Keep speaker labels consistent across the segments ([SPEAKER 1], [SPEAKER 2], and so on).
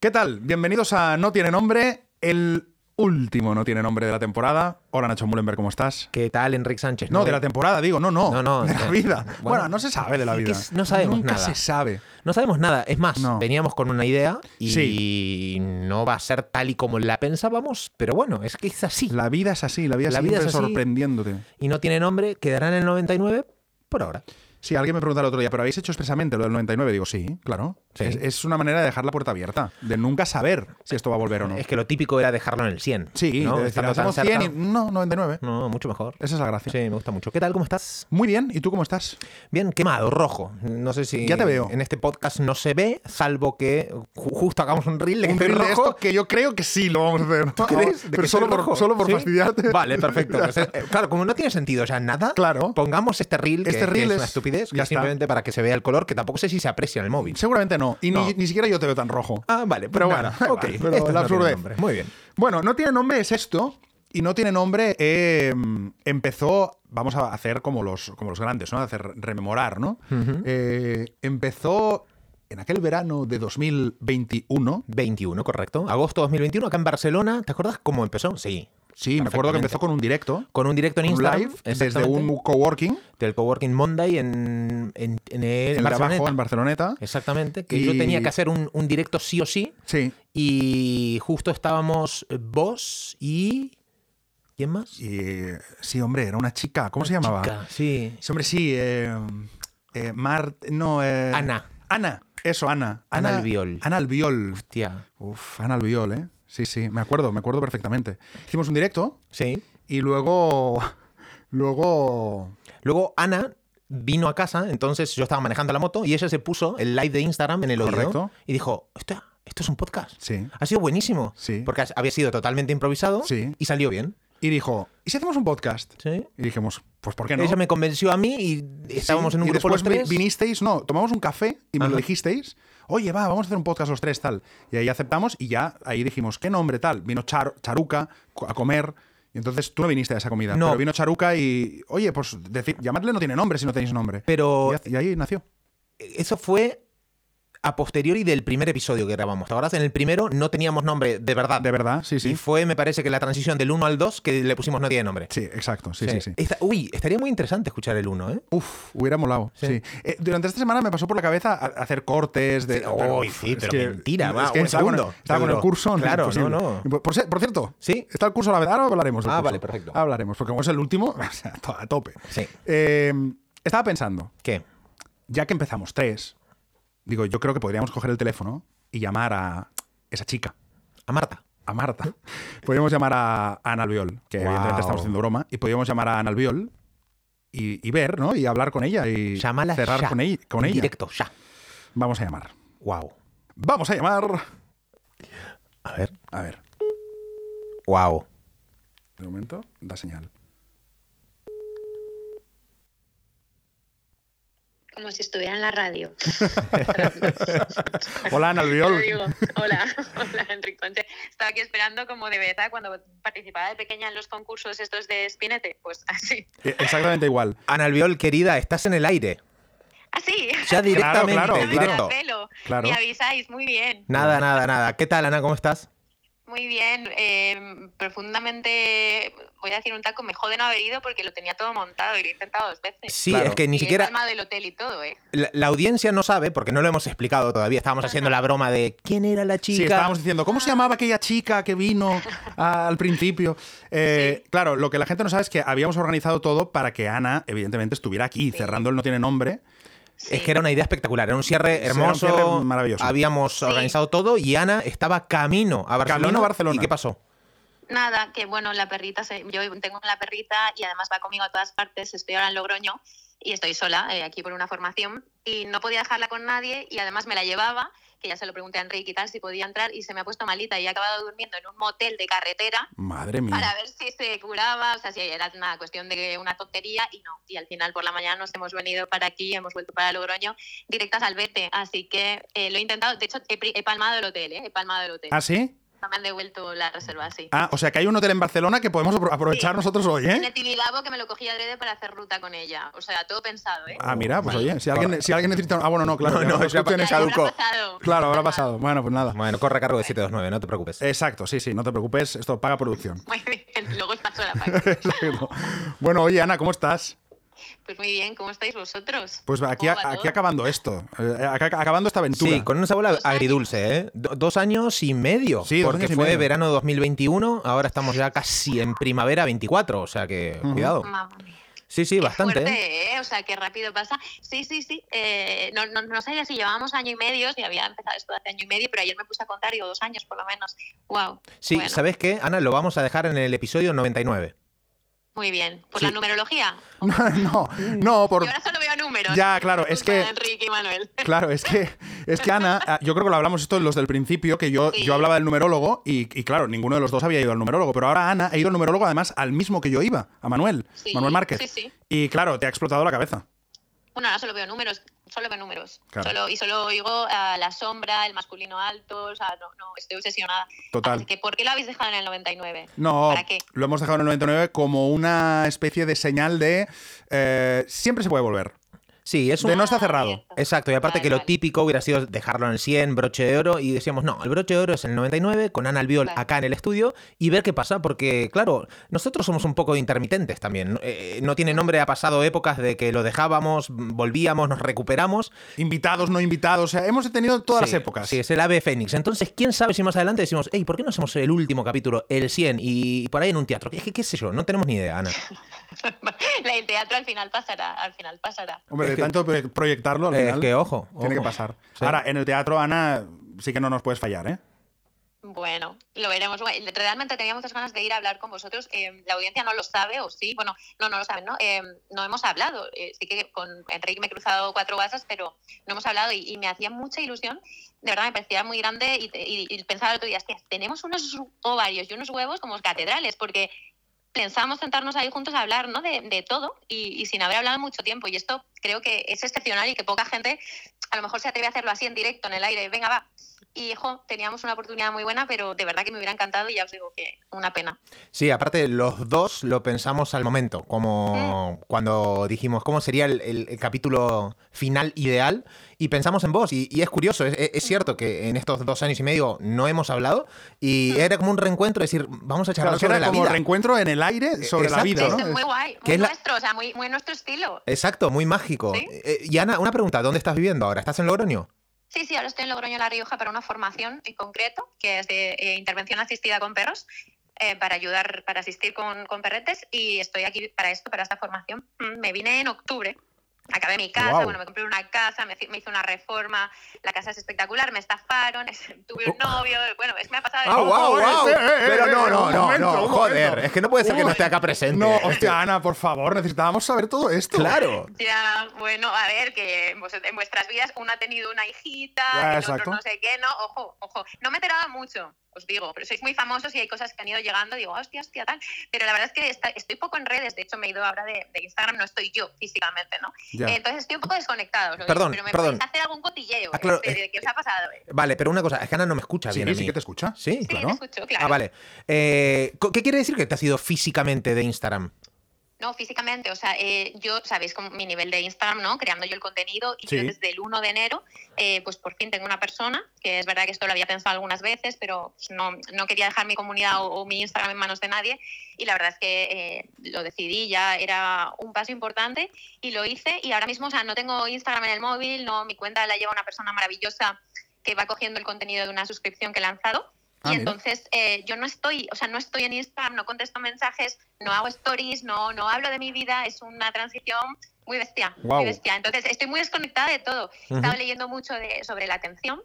[SPEAKER 1] ¿Qué tal? Bienvenidos a No Tiene Nombre, el último No Tiene Nombre de la temporada. Hola Nacho Mullenberg, ¿cómo estás?
[SPEAKER 2] ¿Qué tal, Enrique Sánchez?
[SPEAKER 1] No, de la temporada, digo, no, no.
[SPEAKER 2] No, no,
[SPEAKER 1] de la
[SPEAKER 2] eh,
[SPEAKER 1] vida. Bueno,
[SPEAKER 2] bueno,
[SPEAKER 1] no se sabe de la
[SPEAKER 2] es
[SPEAKER 1] vida.
[SPEAKER 2] que no sabemos
[SPEAKER 1] Nunca
[SPEAKER 2] nada.
[SPEAKER 1] se sabe.
[SPEAKER 2] No sabemos nada. Es más,
[SPEAKER 1] No.
[SPEAKER 2] veníamos con una idea y
[SPEAKER 1] Sí.
[SPEAKER 2] no va a ser tal y como la pensábamos, pero bueno, es que es así.
[SPEAKER 1] La vida es así, la vida
[SPEAKER 2] La vida
[SPEAKER 1] siempre
[SPEAKER 2] es así.
[SPEAKER 1] sorprendiéndote.
[SPEAKER 2] Y no tiene nombre, quedará en el 99 por ahora.
[SPEAKER 1] Sí, alguien me preguntó el otro día, ¿pero habéis hecho expresamente lo del 99? Digo, sí, claro.
[SPEAKER 2] Sí.
[SPEAKER 1] Es, es una manera de dejar la puerta abierta, de nunca saber si esto va a volver o no.
[SPEAKER 2] Es que lo típico era dejarlo en el 100.
[SPEAKER 1] sí,
[SPEAKER 2] ¿no?
[SPEAKER 1] de decir,
[SPEAKER 2] Estando tan
[SPEAKER 1] hacemos 100 y-
[SPEAKER 2] cerca.
[SPEAKER 1] No, 99.
[SPEAKER 2] No, mucho mejor.
[SPEAKER 1] Esa es la gracia.
[SPEAKER 2] Sí, me gusta mucho. ¿Qué tal? ¿Cómo estás?
[SPEAKER 1] Muy bien, ¿y tú cómo estás?
[SPEAKER 2] Bien quemado, rojo. No sé si
[SPEAKER 1] Ya te veo.
[SPEAKER 2] en este podcast no se ve, salvo que ju- justo hagamos un reel de que
[SPEAKER 1] Un
[SPEAKER 2] estoy
[SPEAKER 1] reel de
[SPEAKER 2] rojo.
[SPEAKER 1] esto que yo creo que sí lo vamos a hacer. ¿no?
[SPEAKER 2] crees? ¿De
[SPEAKER 1] Pero
[SPEAKER 2] que
[SPEAKER 1] solo
[SPEAKER 2] soy
[SPEAKER 1] por,
[SPEAKER 2] rojo?
[SPEAKER 1] solo por
[SPEAKER 2] ¿Sí?
[SPEAKER 1] fastidiarte.
[SPEAKER 2] Vale, perfecto. Pues, eh, claro, como no tiene sentido ya nada,
[SPEAKER 1] Claro.
[SPEAKER 2] pongamos este reel, que-
[SPEAKER 1] Este
[SPEAKER 2] que,
[SPEAKER 1] reel
[SPEAKER 2] es,
[SPEAKER 1] es-
[SPEAKER 2] una estupidez, que
[SPEAKER 1] ya
[SPEAKER 2] es
[SPEAKER 1] está.
[SPEAKER 2] simplemente para que se vea el color, que tampoco sé si se aprecia en el móvil.
[SPEAKER 1] Seguramente no. Y ni,
[SPEAKER 2] No.
[SPEAKER 1] ni siquiera yo te veo tan rojo.
[SPEAKER 2] Ah, vale, pues
[SPEAKER 1] Pero
[SPEAKER 2] nada,
[SPEAKER 1] bueno, ok,
[SPEAKER 2] vale.
[SPEAKER 1] pero
[SPEAKER 2] Esto
[SPEAKER 1] la
[SPEAKER 2] no tiene
[SPEAKER 1] absurdez.
[SPEAKER 2] nombre. Muy bien.
[SPEAKER 1] Bueno, no tiene nombre es esto. Y no tiene nombre. eh, empezó. Vamos a hacer como los, como los grandes, ¿no? A hacer rememorar, ¿no? Eh, empezó en aquel verano de 2021.
[SPEAKER 2] 21, correcto. Agosto 2021, acá en Barcelona. ¿Te acuerdas cómo empezó? Sí.
[SPEAKER 1] Sí, me acuerdo que
[SPEAKER 2] Perfectamente.
[SPEAKER 1] empezó con un directo.
[SPEAKER 2] Con un directo en
[SPEAKER 1] un
[SPEAKER 2] Instagram.
[SPEAKER 1] live desde
[SPEAKER 2] exactamente,
[SPEAKER 1] un coworking
[SPEAKER 2] Del Coworking Monday en, en, en el
[SPEAKER 1] en
[SPEAKER 2] Barceloneta. Eh.
[SPEAKER 1] trabajo en Barceloneta.
[SPEAKER 2] Exactamente. Que
[SPEAKER 1] Y-
[SPEAKER 2] yo tenía que hacer un, un directo sí o sí.
[SPEAKER 1] Sí.
[SPEAKER 2] Y justo estábamos eh, vos y. ¿Quién más?
[SPEAKER 1] Y, sí, hombre, era una chica. ¿Cómo se llamaba?
[SPEAKER 2] Chica, sí.
[SPEAKER 1] Sí, hombre, sí. eh, eh, Mar. No, eh,
[SPEAKER 2] Ana.
[SPEAKER 1] Ana. Eso, Ana.
[SPEAKER 2] Ana Albiol.
[SPEAKER 1] Ana Albiol.
[SPEAKER 2] Tía.
[SPEAKER 1] Uf, Ana Albiol, ¿eh? Sí, sí, me acuerdo, me acuerdo perfectamente. Hicimos un directo
[SPEAKER 2] Sí.
[SPEAKER 1] y luego. Luego.
[SPEAKER 2] Luego Ana vino a casa, entonces yo estaba manejando la moto y ella se puso el live de Instagram en el oído
[SPEAKER 1] Correcto.
[SPEAKER 2] y dijo, "Hostia, esto es un podcast.
[SPEAKER 1] Sí.
[SPEAKER 2] Ha sido buenísimo.
[SPEAKER 1] Sí.
[SPEAKER 2] Porque has- había sido totalmente improvisado
[SPEAKER 1] Sí.
[SPEAKER 2] y salió bien.
[SPEAKER 1] Y dijo, ¿y si hacemos un podcast?
[SPEAKER 2] Sí.
[SPEAKER 1] Y dijimos, pues ¿por qué no?
[SPEAKER 2] Ella me convenció a mí y
[SPEAKER 1] Sí,
[SPEAKER 2] estábamos en un
[SPEAKER 1] y
[SPEAKER 2] grupo
[SPEAKER 1] después
[SPEAKER 2] los
[SPEAKER 1] vi-
[SPEAKER 2] tres.
[SPEAKER 1] vinisteis, no, tomamos un café y me lo
[SPEAKER 2] Ajá.
[SPEAKER 1] dijisteis. Oye, va, vamos a hacer un podcast los tres, tal. Y ahí aceptamos y ya ahí dijimos, ¿qué nombre tal? Vino Char- Charuca co- a comer. Y entonces tú no viniste a esa comida.
[SPEAKER 2] No.
[SPEAKER 1] Pero vino Charuca y, oye, pues decid, llamadle no tiene nombre si no tenéis nombre.
[SPEAKER 2] Pero
[SPEAKER 1] Y hace- y ahí nació.
[SPEAKER 2] eso fue a posteriori del primer episodio que grabamos. Ahora en el primero no teníamos nombre de verdad.
[SPEAKER 1] De verdad, sí, sí.
[SPEAKER 2] Y fue, me parece que la transición del 1 al 2 que le pusimos no tiene nombre.
[SPEAKER 1] Sí, exacto, sí, sí, sí.
[SPEAKER 2] Esta- uy, estaría muy interesante escuchar el 1, ¿eh?
[SPEAKER 1] Uf, hubiera molado. Sí.
[SPEAKER 2] Sí.
[SPEAKER 1] Eh, durante esta semana me pasó por la cabeza a- hacer cortes de.
[SPEAKER 2] Sí, uy, sí,
[SPEAKER 1] es
[SPEAKER 2] pero
[SPEAKER 1] que-
[SPEAKER 2] mentira,
[SPEAKER 1] es
[SPEAKER 2] va,
[SPEAKER 1] que
[SPEAKER 2] un
[SPEAKER 1] estaba con-
[SPEAKER 2] segundo,
[SPEAKER 1] Estaba con el
[SPEAKER 2] seguro.
[SPEAKER 1] curso. no,
[SPEAKER 2] Claro,
[SPEAKER 1] imposible. pues,
[SPEAKER 2] no, no.
[SPEAKER 1] Por, cier- por cierto,
[SPEAKER 2] Sí.
[SPEAKER 1] está el curso a la verdad, ahora hablaremos. del
[SPEAKER 2] Ah,
[SPEAKER 1] curso.
[SPEAKER 2] vale, perfecto.
[SPEAKER 1] Hablaremos, porque como es el último, o sea, to- a tope.
[SPEAKER 2] Sí.
[SPEAKER 1] Eh, estaba pensando,
[SPEAKER 2] ¿Qué?
[SPEAKER 1] ya que empezamos tres, digo, yo creo que podríamos coger el teléfono y llamar a esa chica.
[SPEAKER 2] A Marta.
[SPEAKER 1] a Marta. Podríamos llamar a, a Ana Albiol, que
[SPEAKER 2] Guau.
[SPEAKER 1] evidentemente estamos haciendo broma, y podríamos llamar a Ana Albiol y, y ver, ¿no? Y hablar con ella y
[SPEAKER 2] Llámala
[SPEAKER 1] cerrar
[SPEAKER 2] ya.
[SPEAKER 1] con, ella, con
[SPEAKER 2] En
[SPEAKER 1] ella.
[SPEAKER 2] Directo, ya.
[SPEAKER 1] Vamos a llamar.
[SPEAKER 2] Wow.
[SPEAKER 1] Vamos a llamar.
[SPEAKER 2] A ver.
[SPEAKER 1] A ver,
[SPEAKER 2] Wow.
[SPEAKER 1] de momento, da señal.
[SPEAKER 3] Como si estuviera en la radio.
[SPEAKER 1] Hola, Ana
[SPEAKER 3] Te
[SPEAKER 1] Albiol.
[SPEAKER 3] digo, hola, hola Enrique Conche. Estaba aquí esperando como de beta cuando participaba de pequeña en los concursos estos de Spinete. Pues así.
[SPEAKER 1] Eh, Exactamente igual.
[SPEAKER 2] Ana Albiol, querida, estás en el aire.
[SPEAKER 3] Así.
[SPEAKER 2] Ya directamente,
[SPEAKER 1] claro,
[SPEAKER 3] Me
[SPEAKER 2] directo.
[SPEAKER 3] pelo.
[SPEAKER 1] Claro.
[SPEAKER 3] Me avisáis, muy bien.
[SPEAKER 2] Nada, nada, nada. ¿Qué tal, Ana? ¿Cómo estás?
[SPEAKER 3] Muy bien. eh, profundamente, voy a decir un taco, me jode no haber ido porque lo tenía todo montado y lo he intentado dos veces.
[SPEAKER 2] Sí,
[SPEAKER 1] Claro.
[SPEAKER 2] es que
[SPEAKER 3] Y
[SPEAKER 2] ni
[SPEAKER 3] he
[SPEAKER 2] siquiera
[SPEAKER 3] palmado del hotel y todo, ¿eh?
[SPEAKER 2] la, la audiencia no sabe, porque no lo hemos explicado todavía. Estábamos haciendo la broma de quién era la chica.
[SPEAKER 1] Sí, estábamos diciendo, ¿cómo se llamaba aquella chica que vino a- al principio? Eh, Claro, lo que la gente no sabe es que habíamos organizado todo para que Ana, evidentemente, estuviera aquí, cerrando el No Tiene Nombre.
[SPEAKER 2] Es que era una idea espectacular, era un cierre
[SPEAKER 1] era un
[SPEAKER 2] hermoso,
[SPEAKER 1] cierre maravilloso.
[SPEAKER 2] habíamos organizado todo y Ana estaba camino a Barcelona.
[SPEAKER 1] Camino a Barcelona.
[SPEAKER 2] ¿Y qué pasó?
[SPEAKER 3] Nada, que bueno, la perrita, se- yo tengo la perrita y además va conmigo a todas partes, estoy ahora en Logroño y estoy sola eh, aquí por una formación y no podía dejarla con nadie y además me la llevaba, que ya se lo pregunté a Enrique y tal, si podía entrar y se me ha puesto malita y he acabado durmiendo en un motel de carretera
[SPEAKER 1] Madre mía.
[SPEAKER 3] para ver si se curaba, o sea, si era una cuestión de que una tontería y no. Y al final por la mañana nos hemos venido para aquí, hemos vuelto para Logroño, directas al Vete, así que eh, lo he intentado, de hecho he, pri- he palmado el hotel, eh, he palmado el hotel.
[SPEAKER 1] ¿Ah, sí?
[SPEAKER 3] me han devuelto la reserva, sí.
[SPEAKER 1] Ah, o sea que hay un hotel en Barcelona que podemos apro- aprovechar
[SPEAKER 3] Sí.
[SPEAKER 1] nosotros hoy,
[SPEAKER 3] En
[SPEAKER 1] ¿eh?
[SPEAKER 3] el Tibidabo que me lo cogí adrede para hacer ruta con ella. O sea, todo pensado, ¿eh?
[SPEAKER 1] Ah, mira, pues
[SPEAKER 2] Vale.
[SPEAKER 1] oye, si alguien, si alguien necesita. Ah, bueno, no, claro.
[SPEAKER 2] No,
[SPEAKER 1] ya
[SPEAKER 2] no,
[SPEAKER 1] lo
[SPEAKER 2] es que
[SPEAKER 1] escuchen,
[SPEAKER 3] Ya,
[SPEAKER 1] es
[SPEAKER 3] ya habrá
[SPEAKER 1] caduco.
[SPEAKER 3] pasado.
[SPEAKER 1] Claro, habrá pasado. Bueno, pues nada.
[SPEAKER 2] Bueno, corre a cargo de 729, no te preocupes.
[SPEAKER 1] Exacto, sí, sí, no te preocupes, esto paga producción.
[SPEAKER 3] Muy bien, luego os paso la página.
[SPEAKER 1] Exacto. bueno, oye, Ana, ¿cómo estás?
[SPEAKER 3] Pues muy bien, ¿cómo estáis vosotros?
[SPEAKER 1] Pues aquí,
[SPEAKER 3] ¿Cómo va
[SPEAKER 1] aquí
[SPEAKER 3] todo?
[SPEAKER 1] acabando esto, eh, acá- acabando esta aventura.
[SPEAKER 2] Sí, con un sabor
[SPEAKER 3] Dos años.
[SPEAKER 2] agridulce, ¿eh? Do- dos años y medio.
[SPEAKER 1] Sí, dos
[SPEAKER 2] porque
[SPEAKER 1] años y
[SPEAKER 2] fue
[SPEAKER 1] medio.
[SPEAKER 2] verano de 2021, ahora estamos ya casi en primavera 24, o sea que
[SPEAKER 1] Ujú.
[SPEAKER 2] cuidado.
[SPEAKER 3] Mamma mía.
[SPEAKER 2] Sí, sí,
[SPEAKER 3] Qué
[SPEAKER 2] bastante. ¿eh?
[SPEAKER 3] fuerte, ¿eh? O sea, qué rápido pasa. Sí, sí, sí. Eh, no, no, no sabía si llevábamos año y medio, si había empezado esto hace año y medio, pero ayer me puse a contar, digo, dos años por lo menos. Wow.
[SPEAKER 2] Sí, ¿sabes qué? Ana, lo vamos a dejar en el episodio 99.
[SPEAKER 3] Muy bien. ¿Por
[SPEAKER 2] Sí.
[SPEAKER 3] la numerología?
[SPEAKER 1] no, no, por.
[SPEAKER 3] Yo ahora solo veo números.
[SPEAKER 1] Ya, claro, es
[SPEAKER 3] Culpa de
[SPEAKER 1] que-
[SPEAKER 3] Enrique y Manuel.
[SPEAKER 1] Claro, es que, es que Ana, ah, yo creo que lo hablamos esto en los del principio, que yo,
[SPEAKER 3] Sí.
[SPEAKER 1] yo hablaba del numerólogo y, y claro, ninguno de los dos había ido al numerólogo, pero ahora Ana ha ido al numerólogo además al mismo que yo iba, a Manuel,
[SPEAKER 3] Sí,
[SPEAKER 1] Manuel Márquez.
[SPEAKER 3] sí, sí.
[SPEAKER 1] Y claro, te ha explotado la cabeza.
[SPEAKER 3] Bueno, ahora solo veo números, solo veo números.
[SPEAKER 1] Claro.
[SPEAKER 3] Solo, y solo oigo a la sombra, el masculino alto, o sea, no, no, estoy obsesionada.
[SPEAKER 1] Total.
[SPEAKER 3] Así que, ¿por qué lo habéis dejado en el 99?
[SPEAKER 1] No,
[SPEAKER 3] ¿Para qué?
[SPEAKER 1] lo hemos dejado en el 99 como una especie de señal de eh, siempre se puede volver.
[SPEAKER 2] Sí, es un...
[SPEAKER 1] De no está cerrado.
[SPEAKER 3] Ah, cierto.
[SPEAKER 2] Exacto, y aparte
[SPEAKER 3] Vale,
[SPEAKER 2] que lo
[SPEAKER 3] vale.
[SPEAKER 2] típico hubiera sido dejarlo en el 100, broche de oro, y decíamos, no, el broche de oro es en el 99, con Ana Albiol
[SPEAKER 3] Claro.
[SPEAKER 2] acá en el estudio, y ver qué pasa, porque, claro, nosotros somos un poco intermitentes también. ¿no? Eh, no tiene nombre, ha pasado épocas de que lo dejábamos, volvíamos, nos recuperamos,
[SPEAKER 1] Invitados, no invitados, o sea, hemos tenido todas
[SPEAKER 2] Sí,
[SPEAKER 1] las épocas.
[SPEAKER 2] Sí, es el ave fénix. Entonces, quién sabe si más adelante decimos, hey, ¿por qué no hacemos el último capítulo, el 100, y por ahí en un teatro? Es que, qué sé yo, no tenemos ni idea, Ana.
[SPEAKER 3] el teatro al final pasará, al final pasará.
[SPEAKER 1] Hombre,
[SPEAKER 2] Es
[SPEAKER 1] de
[SPEAKER 2] que-
[SPEAKER 1] tanto pro- proyectarlo al
[SPEAKER 2] es
[SPEAKER 1] final,
[SPEAKER 2] que, ojo,
[SPEAKER 1] Tiene
[SPEAKER 2] ojo.
[SPEAKER 1] que pasar.
[SPEAKER 2] Sí.
[SPEAKER 1] Ahora, en el teatro, Ana, sí que no nos puedes fallar, ¿eh?
[SPEAKER 3] Bueno, lo veremos. Bueno, Realmente tenía muchas ganas de ir a hablar con vosotros. Eh, la audiencia no lo sabe, o sí, bueno, no, no lo saben, ¿no? Eh, no hemos hablado. Eh, sí que con Enrique me he cruzado cuatro WhatsApps, pero no hemos hablado y, y me hacía mucha ilusión. De verdad, me parecía muy grande y, te- y- y pensaba el otro día, hostia, tenemos unos ovarios y unos huevos como catedrales, porque pensamos sentarnos ahí juntos a hablar ¿no? de, de todo y, y sin haber hablado mucho tiempo. Y esto creo que es excepcional y que poca gente a lo mejor se atreve a hacerlo así en directo, en el aire. Venga, va. Y, jo, teníamos una oportunidad muy buena, pero de verdad que me hubiera encantado y ya os digo que una pena.
[SPEAKER 2] Sí, aparte los dos lo pensamos al momento,
[SPEAKER 1] Mm.
[SPEAKER 2] como cuando dijimos cómo sería el, el- el capítulo final ideal y pensamos en vos. Y, y es curioso, es, es cierto que en estos dos años y medio no hemos hablado
[SPEAKER 1] Mm.
[SPEAKER 2] y era como un reencuentro, decir, vamos a charlar
[SPEAKER 1] Claro, que
[SPEAKER 2] sobre
[SPEAKER 1] era
[SPEAKER 2] la
[SPEAKER 1] como
[SPEAKER 2] vida. Eh,
[SPEAKER 1] reencuentro en el aire sobre
[SPEAKER 2] exacto.
[SPEAKER 1] la vida,
[SPEAKER 3] Sí,
[SPEAKER 1] ¿no?
[SPEAKER 3] es muy
[SPEAKER 1] Es-
[SPEAKER 3] guay, muy
[SPEAKER 2] que es la-
[SPEAKER 3] nuestro, o sea, muy, muy nuestro estilo.
[SPEAKER 2] Exacto, muy mágico.
[SPEAKER 3] Sí.
[SPEAKER 2] Eh, y Ana, una pregunta, ¿dónde estás viviendo ahora? ¿Estás en Logroño?
[SPEAKER 3] Sí, sí, ahora estoy en Logroño, La Rioja, para una formación en concreto, que es de eh, intervención asistida con perros, eh, para ayudar, para asistir con, con perretes, y estoy aquí para esto, para esta formación. Mm, Me vine en octubre, acabé mi casa,
[SPEAKER 1] Guau.
[SPEAKER 3] bueno, me compré una casa, me, fi- me hice una reforma, la casa es espectacular, me estafaron, tuve un novio, bueno, es que me ha pasado... de
[SPEAKER 1] Ah,
[SPEAKER 3] todo.
[SPEAKER 1] guau, guau.
[SPEAKER 2] Eh, eh, eh, Pero no,
[SPEAKER 1] eh,
[SPEAKER 2] no,
[SPEAKER 1] un
[SPEAKER 2] no,
[SPEAKER 1] momento,
[SPEAKER 2] no,
[SPEAKER 1] un
[SPEAKER 2] joder,
[SPEAKER 1] momento.
[SPEAKER 2] es que no puede ser que no
[SPEAKER 1] Uy.
[SPEAKER 2] esté acá presente.
[SPEAKER 1] No, hostia, Ana, por favor, necesitábamos saber todo esto.
[SPEAKER 2] Claro.
[SPEAKER 3] Ya, bueno, a ver, que en, vos- en vuestras vidas uno ha tenido una hijita,
[SPEAKER 1] Ya,
[SPEAKER 3] el
[SPEAKER 1] exacto.
[SPEAKER 3] otro no sé qué, no, ojo, ojo. No me enteraba mucho, os digo, pero sois muy famosos y hay cosas que han ido llegando, digo, "Ah, hostia, hostia, tal. Pero la verdad es que esta- estoy poco en redes, de hecho me he ido ahora de, de Instagram, no estoy yo físicamente, ¿no?
[SPEAKER 1] Ya.
[SPEAKER 3] Eh, Entonces estoy un poco desconectado, os lo
[SPEAKER 2] Perdón,
[SPEAKER 3] digo, pero me
[SPEAKER 2] perdón.
[SPEAKER 3] podéis hacer algún cotilleo,
[SPEAKER 2] Ah, claro,
[SPEAKER 3] este, de qué os ha pasado. eh?
[SPEAKER 2] Vale, pero una cosa, es que Ana no me escucha
[SPEAKER 1] Sí,
[SPEAKER 2] bien. a
[SPEAKER 1] sí
[SPEAKER 2] mí.
[SPEAKER 1] que te escucha.
[SPEAKER 2] Sí,
[SPEAKER 3] Sí,
[SPEAKER 2] claro.
[SPEAKER 3] te escucho, claro.
[SPEAKER 2] Ah, vale. Eh, co- ¿Qué quiere decir que te has ido físicamente de Instagram?
[SPEAKER 3] No, físicamente, o sea, eh, yo, sabéis como mi nivel de Instagram, ¿no? Creando yo el contenido y yo
[SPEAKER 1] Sí.
[SPEAKER 3] desde el 1 de enero, eh, pues por fin tengo una persona, que es verdad que esto lo había pensado algunas veces, pero pues, no, no quería dejar mi comunidad o, o mi Instagram en manos de nadie y la verdad es que eh, lo decidí, ya era un paso importante y lo hice y ahora mismo, o sea, no tengo Instagram en el móvil, no, mi cuenta la lleva una persona maravillosa que va cogiendo el contenido de una suscripción que he lanzado.
[SPEAKER 1] Ah,
[SPEAKER 3] y
[SPEAKER 1] mira.
[SPEAKER 3] entonces eh, yo no estoy, o sea, no estoy en Instagram, no contesto mensajes, no hago stories, no, no hablo de mi vida, es una transición muy bestia,
[SPEAKER 1] Guau.
[SPEAKER 3] muy bestia. Entonces estoy muy desconectada de todo.
[SPEAKER 2] Ujú.
[SPEAKER 3] Estaba leyendo mucho de, sobre la atención,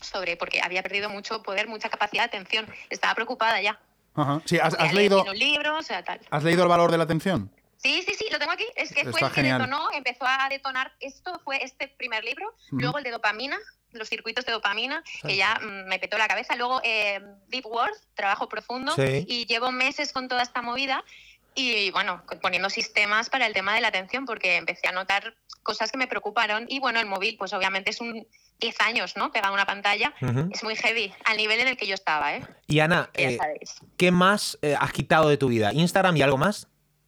[SPEAKER 3] sobre porque había perdido mucho poder, mucha capacidad de atención. Estaba preocupada ya.
[SPEAKER 1] Ajá. Sí, has,
[SPEAKER 3] Porque
[SPEAKER 1] has
[SPEAKER 3] había
[SPEAKER 1] leído,
[SPEAKER 3] leído un libro, o sea, tal.
[SPEAKER 1] ¿has leído el valor de la atención?
[SPEAKER 3] Sí, sí, sí, lo tengo aquí. Es que fue
[SPEAKER 1] Está
[SPEAKER 3] el que
[SPEAKER 1] genial.
[SPEAKER 3] detonó, empezó a detonar. Esto fue este primer libro,
[SPEAKER 1] Ujú.
[SPEAKER 3] luego el de dopamina, los circuitos de dopamina, que ya mm, me petó la cabeza. Luego eh, Deep Work, trabajo profundo,
[SPEAKER 2] Sí.
[SPEAKER 3] y llevo meses con toda esta movida. y bueno, poniendo sistemas para el tema de la atención, porque empecé a notar cosas que me preocuparon y bueno, el móvil pues obviamente es un 10 años, ¿no? Pegado a una pantalla,
[SPEAKER 2] Ujú.
[SPEAKER 3] es muy heavy, al nivel en el que yo estaba, ¿eh?
[SPEAKER 2] Y Ana,
[SPEAKER 3] Ya
[SPEAKER 2] eh,
[SPEAKER 3] sabéis.
[SPEAKER 2] ¿qué más eh, has quitado de tu vida? ¿Instagram y algo más?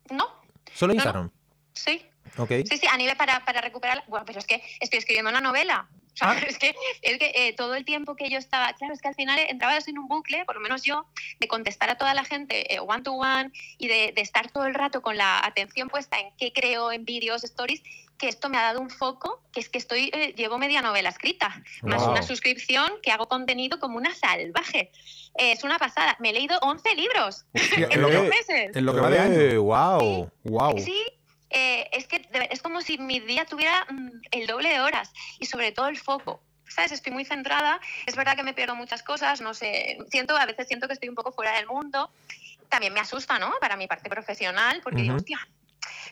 [SPEAKER 3] No,
[SPEAKER 2] Solo
[SPEAKER 3] No, no.
[SPEAKER 2] Instagram.
[SPEAKER 3] sí,
[SPEAKER 2] Ok.
[SPEAKER 3] Sí, sí, a nivel para, para recuperar. Bueno, pero es que estoy escribiendo una novela. O
[SPEAKER 2] Ah.
[SPEAKER 3] sea, es que, es que eh, todo el tiempo que yo estaba. Claro, es que al final entrabas en un bucle, por lo menos yo, de contestar a toda la gente eh, one to one y de, de estar todo el rato con la atención puesta en qué creo, en vídeos, stories, que esto me ha dado un foco, que es que estoy eh, llevo media novela escrita, más
[SPEAKER 2] Wow.
[SPEAKER 3] una suscripción que hago contenido como una salvaje. Eh, es una pasada. Me he leído 11 libros
[SPEAKER 1] Hostia,
[SPEAKER 2] Eh,
[SPEAKER 1] en, Pues lo
[SPEAKER 3] en dos
[SPEAKER 1] que,
[SPEAKER 3] meses.
[SPEAKER 1] en lo que va de año.
[SPEAKER 2] ¡Wow!
[SPEAKER 1] Wow.
[SPEAKER 3] Sí, eh, es que de- es como si mi día tuviera mm, el doble de horas y sobre todo el foco. ¿Sabes? Estoy muy centrada. Es verdad que me pierdo muchas cosas, no sé. Siento, a veces siento que estoy un poco fuera del mundo. También me asusta, ¿no? Para mi parte profesional, porque digo,
[SPEAKER 2] Ujú.
[SPEAKER 3] hostia.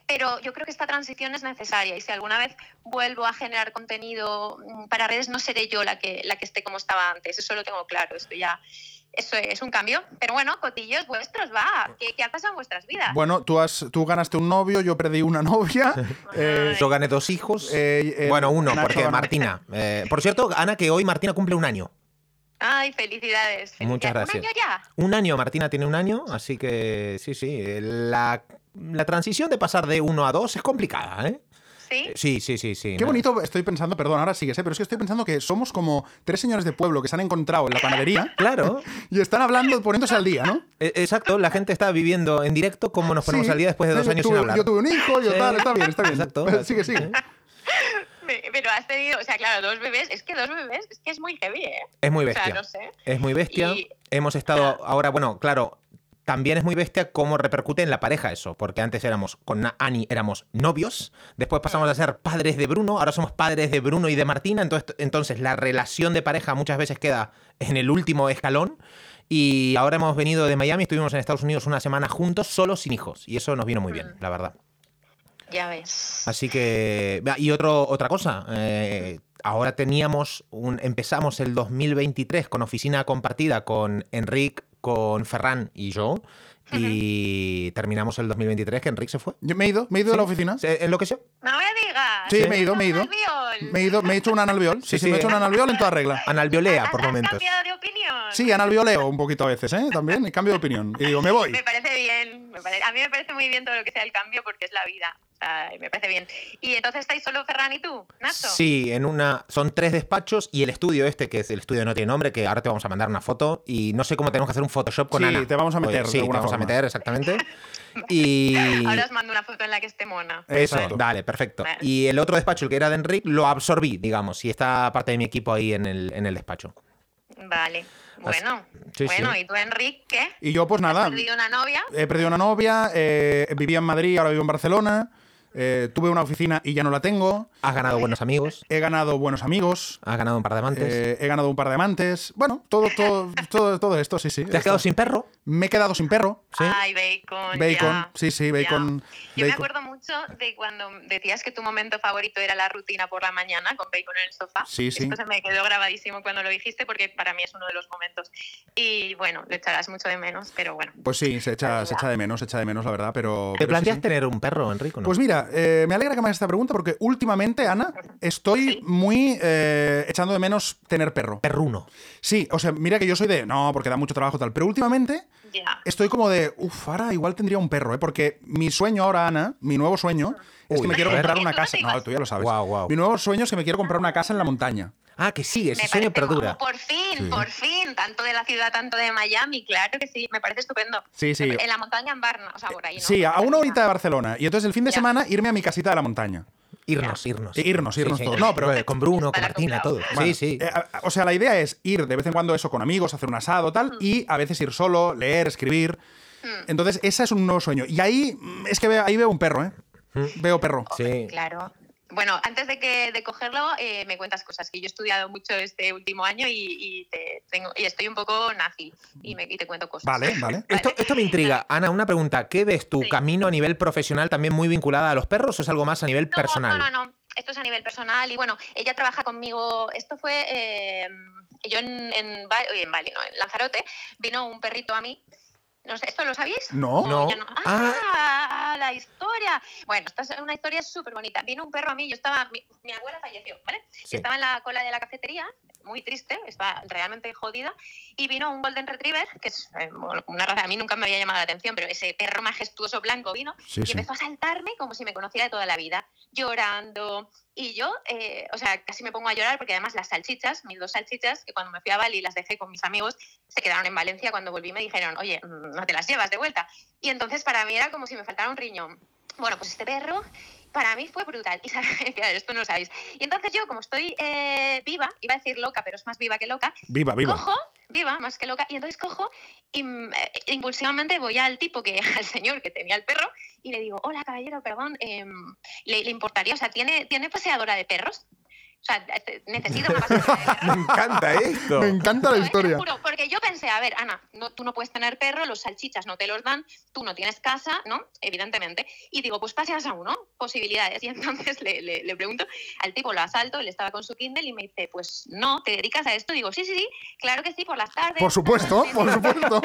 [SPEAKER 3] Pero yo creo que esta transición es necesaria y si alguna vez vuelvo a generar contenido mm, para redes, no seré yo la que, la que esté como estaba antes. Eso lo tengo claro. Esto ya. Eso es un cambio. Pero bueno, cotillos vuestros, va. ¿Qué, qué ha pasado en vuestras vidas?
[SPEAKER 1] Bueno, tú, has, tú ganaste un novio, yo perdí una novia. eh,
[SPEAKER 2] Yo gané dos hijos.
[SPEAKER 1] eh, eh,
[SPEAKER 2] bueno, uno,
[SPEAKER 1] Nacho
[SPEAKER 2] porque
[SPEAKER 1] ganó.
[SPEAKER 2] Martina. eh, por cierto, Ana, que hoy Martina cumple un año.
[SPEAKER 3] Ay, felicidades.
[SPEAKER 2] Muchas
[SPEAKER 3] felicidades.
[SPEAKER 2] gracias.
[SPEAKER 3] ¿Un año ya?
[SPEAKER 2] Un año, Martina tiene un año, así que sí, sí. eh, La, la transición de pasar de uno a dos es complicada, ¿eh?
[SPEAKER 3] Sí.
[SPEAKER 2] Eh, Sí, sí, sí, sí.
[SPEAKER 1] Qué
[SPEAKER 2] no.
[SPEAKER 1] bonito estoy pensando, perdón, ahora sigues, ¿eh? pero es que estoy pensando que somos como tres señores de pueblo que se han encontrado en la panadería
[SPEAKER 2] Claro,
[SPEAKER 1] y están hablando, poniéndose al día, ¿no?
[SPEAKER 2] e- exacto. La gente está viviendo en directo cómo nos ponemos
[SPEAKER 1] Sí,
[SPEAKER 2] al día después de
[SPEAKER 1] sí,
[SPEAKER 2] dos
[SPEAKER 1] yo
[SPEAKER 2] años
[SPEAKER 1] tuve-
[SPEAKER 2] sin hablar.
[SPEAKER 1] Yo tuve un hijo, yo
[SPEAKER 2] Sí.
[SPEAKER 1] tal, está bien, está bien.
[SPEAKER 2] Exacto.
[SPEAKER 1] Sigue, sigue.
[SPEAKER 3] Me- Pero has tenido, o sea, claro, dos bebés. Es que dos bebés, es que es muy heavy, ¿eh?
[SPEAKER 2] Es muy
[SPEAKER 3] O sea,
[SPEAKER 2] bestia.
[SPEAKER 3] no sé.
[SPEAKER 2] Es muy bestia.
[SPEAKER 3] Y-
[SPEAKER 2] Hemos estado ahora, bueno, claro, también es muy bestia cómo repercute en la pareja eso, porque antes éramos, con Na- Ani éramos novios, después pasamos a ser padres de Bruno, ahora somos padres de Bruno y de Martina, entonces, entonces la relación de pareja muchas veces queda en el último escalón. Y ahora hemos venido de Miami, estuvimos en Estados Unidos una semana juntos, solo sin hijos. Y eso nos vino muy bien, la verdad.
[SPEAKER 3] Ya ves.
[SPEAKER 2] Así que. va, Y otro, otra cosa. eh, ahora teníamos un. Empezamos el 2023 con oficina compartida con Enric, con Ferran y yo. Y terminamos el 2023 que Enric se fue.
[SPEAKER 1] Yo me he ido, me he ido de la oficina.
[SPEAKER 2] ¿Se enloqueció?
[SPEAKER 3] No me digas.
[SPEAKER 1] Sí, me he ido, me he ido.
[SPEAKER 3] Albiol.
[SPEAKER 1] Me he ido, me he hecho un analbiol. Sí,
[SPEAKER 2] Sí,
[SPEAKER 1] sí,
[SPEAKER 2] sí.
[SPEAKER 1] me he hecho un analbiol en toda regla.
[SPEAKER 2] Analviolea por
[SPEAKER 3] ¿Has- ¿Has
[SPEAKER 2] momentos.
[SPEAKER 3] cambiado de opinión?
[SPEAKER 1] Sí, analbioleo un poquito a veces, ¿eh? También, y cambio de opinión. Y digo, me voy.
[SPEAKER 3] Me parece bien. me pare- A mí me parece muy bien todo lo que sea el cambio porque es la vida. O sea, me parece bien. ¿Y entonces estáis solo Ferran y tú, Nacho?
[SPEAKER 2] Sí, en una. Son tres despachos y el estudio este, que es el estudio no tiene nombre, que ahora te vamos a mandar una foto. Y no sé cómo tenemos que hacer un Photoshop con
[SPEAKER 1] Sí,
[SPEAKER 2] Ana.
[SPEAKER 1] te vamos a meter,
[SPEAKER 2] Oye,
[SPEAKER 1] de
[SPEAKER 2] Sí, te
[SPEAKER 1] alguna
[SPEAKER 2] vamos a
[SPEAKER 1] forma.
[SPEAKER 2] meter, exactamente. Y.
[SPEAKER 3] Ahora os mando una foto en la que esté mona.
[SPEAKER 2] Eso,
[SPEAKER 1] Exacto.
[SPEAKER 2] dale, perfecto.
[SPEAKER 3] Vale.
[SPEAKER 2] Y el otro despacho, el que era de Enric, lo absorbí, digamos, y está parte de mi equipo ahí en el, en el despacho.
[SPEAKER 3] Vale. Bueno,
[SPEAKER 2] sí,
[SPEAKER 3] bueno,
[SPEAKER 2] sí.
[SPEAKER 3] ¿y tú, Enrique? ¿Qué?
[SPEAKER 1] Y yo, pues nada,
[SPEAKER 3] ¿Has perdido una novia?
[SPEAKER 1] he perdido una novia, eh, vivía en Madrid, ahora vivo en Barcelona, eh, tuve una oficina y ya no la tengo,
[SPEAKER 2] Has ganado buenos amigos,
[SPEAKER 1] he ganado buenos amigos,
[SPEAKER 2] has ganado un par de amantes.
[SPEAKER 1] eh, he ganado un par de amantes, bueno, todo, todo, todo, todo esto, sí, sí.
[SPEAKER 2] ¿Te has quedado sin perro?
[SPEAKER 1] Me he quedado sin perro.
[SPEAKER 2] ¿Sí?
[SPEAKER 3] Ay, bacon.
[SPEAKER 1] Bacon,
[SPEAKER 3] Oh, ya,
[SPEAKER 1] sí, sí, bacon,
[SPEAKER 3] ya. Yo me
[SPEAKER 1] bacon.
[SPEAKER 3] acuerdo mucho de cuando decías que tu momento favorito era la rutina por la mañana con bacon en el sofá.
[SPEAKER 1] Sí, sí.
[SPEAKER 3] Esto se me quedó grabadísimo cuando lo dijiste porque para mí es uno de los momentos. Y bueno, lo echarás mucho de menos, pero bueno.
[SPEAKER 1] Pues sí, se echa, se echa de menos, se echa de menos, la verdad, pero...
[SPEAKER 2] ¿Te
[SPEAKER 1] pero sí,
[SPEAKER 2] planteas
[SPEAKER 1] sí.
[SPEAKER 2] tener un perro, Enrico?
[SPEAKER 1] Pues mira, eh, me alegra que me hagas esta pregunta porque últimamente, Ana, estoy
[SPEAKER 3] Sí.
[SPEAKER 1] muy eh, echando de menos tener perro.
[SPEAKER 2] perruno.
[SPEAKER 1] Sí, o sea, mira que yo soy de, no, porque da mucho trabajo tal, pero últimamente
[SPEAKER 3] Ya.
[SPEAKER 1] estoy como de, uff, ahora igual tendría un perro, ¿eh? porque mi sueño ahora, Ana, mi nuevo sueño es
[SPEAKER 2] Uy,
[SPEAKER 1] que me quiero
[SPEAKER 2] a ver.
[SPEAKER 1] comprar una
[SPEAKER 3] Tú no te
[SPEAKER 1] casa. No,
[SPEAKER 3] ibas.
[SPEAKER 1] tú ya lo sabes.
[SPEAKER 2] Guau, guau.
[SPEAKER 1] Mi nuevo sueño es que me quiero comprar una casa en la montaña.
[SPEAKER 2] Ah, que sigue, ese
[SPEAKER 3] Me
[SPEAKER 2] sueño
[SPEAKER 3] parece
[SPEAKER 2] perdura.
[SPEAKER 3] guapo. Por fin,
[SPEAKER 2] Sí.
[SPEAKER 3] por fin. Tanto de la ciudad, tanto de Miami, claro que sí. Me parece estupendo.
[SPEAKER 1] Sí, sí.
[SPEAKER 3] En la montaña en Barna, o sea, por ahí. ¿no?
[SPEAKER 1] Sí, a
[SPEAKER 3] Por
[SPEAKER 1] una
[SPEAKER 3] ahí,
[SPEAKER 1] horita de Barcelona. Y entonces el fin de
[SPEAKER 3] Ya.
[SPEAKER 1] semana irme a mi casita de la montaña.
[SPEAKER 2] Irnos, irnos.
[SPEAKER 1] Eh, irnos, irnos todos. No,
[SPEAKER 2] No,
[SPEAKER 1] pero-
[SPEAKER 2] pero con Bruno, con
[SPEAKER 3] Para
[SPEAKER 2] Martina, todo.
[SPEAKER 3] comprar.
[SPEAKER 1] Bueno,
[SPEAKER 2] sí, sí.
[SPEAKER 1] eh, a- a- o sea, la idea es ir de vez en cuando eso con amigos, hacer un asado, tal, y a veces ir solo, leer, escribir. Entonces, ese es un nuevo sueño. Y ahí mm, es que veo, ahí veo un perro, ¿eh?
[SPEAKER 2] Mm.
[SPEAKER 1] Veo perro.
[SPEAKER 2] sí.
[SPEAKER 3] Claro. Bueno, antes de que de cogerlo, eh, me cuentas cosas que yo he estudiado mucho este último año y, y te tengo, y estoy un poco nazi y, me- y te cuento cosas.
[SPEAKER 1] Vale, vale.
[SPEAKER 2] Esto, esto me intriga. Ana, una pregunta. ¿Qué ves tu
[SPEAKER 3] Sí.
[SPEAKER 2] camino a nivel profesional también muy vinculada a los perros o es algo más a nivel
[SPEAKER 3] No,
[SPEAKER 2] personal?
[SPEAKER 3] No, no, no. Esto es a nivel personal y bueno, ella trabaja conmigo. Esto fue. eh, yo en, en, Ba- uy, en Bali, no, en Lanzarote, vino un perrito a mí. No sé, ¿Esto lo sabéis?
[SPEAKER 1] No.
[SPEAKER 2] No.
[SPEAKER 3] yo ¡Ah! La historia. Bueno, esta es una historia súper bonita. Vino un perro a mí, yo estaba. Mi, mi abuela falleció, ¿vale?
[SPEAKER 2] Sí.
[SPEAKER 3] Yo estaba en la cola de la cafetería, muy triste, estaba realmente jodida, y vino un Golden Retriever, que es eh, bueno, una raza, a mí nunca me había llamado la atención, pero ese perro majestuoso blanco vino
[SPEAKER 1] Sí,
[SPEAKER 3] y
[SPEAKER 1] sí.
[SPEAKER 3] empezó a saltarme como si me conociera de toda la vida, llorando. Y yo, eh, o sea, casi me pongo a llorar porque además las salchichas, mis dos salchichas, que cuando me fui a Bali las dejé con mis amigos, se quedaron en Valencia. Cuando volví me dijeron, oye, mm, no te las llevas de vuelta. Y entonces para mí era como si me faltara un riñón. Bueno, pues este perro para mí fue brutal. Y sabe- claro, esto no lo sabéis. Y entonces yo, como estoy eh, viva, iba a decir loca, pero es más viva que loca,
[SPEAKER 1] Viva, viva.
[SPEAKER 3] cojo, viva, más que loca, y entonces cojo y mm, eh, impulsivamente voy al tipo que, al señor que tenía el perro, y le digo, hola caballero, perdón, em, ¿le, le importaría? O sea, ¿tiene, ¿tiene paseadora de perros? O sea, eh, te- necesito una paseadora de perros.
[SPEAKER 2] Me encanta esto.
[SPEAKER 1] Me encanta la
[SPEAKER 3] No, eh, te lo
[SPEAKER 1] historia.
[SPEAKER 3] juro, porque yo pensé, a ver, Ana, no, tú no puedes tener perro, los salchichas no te los dan, tú no tienes casa, ¿no? Evidentemente. Y digo, pues paseas a uno, posibilidades. Y entonces le, le- le pregunto, al tipo lo asalto, él estaba con su Kindle y me dice, pues no, ¿te dedicas a esto? Digo, sí, sí, sí, claro que sí, por las tardes.
[SPEAKER 1] Por supuesto, por supuesto.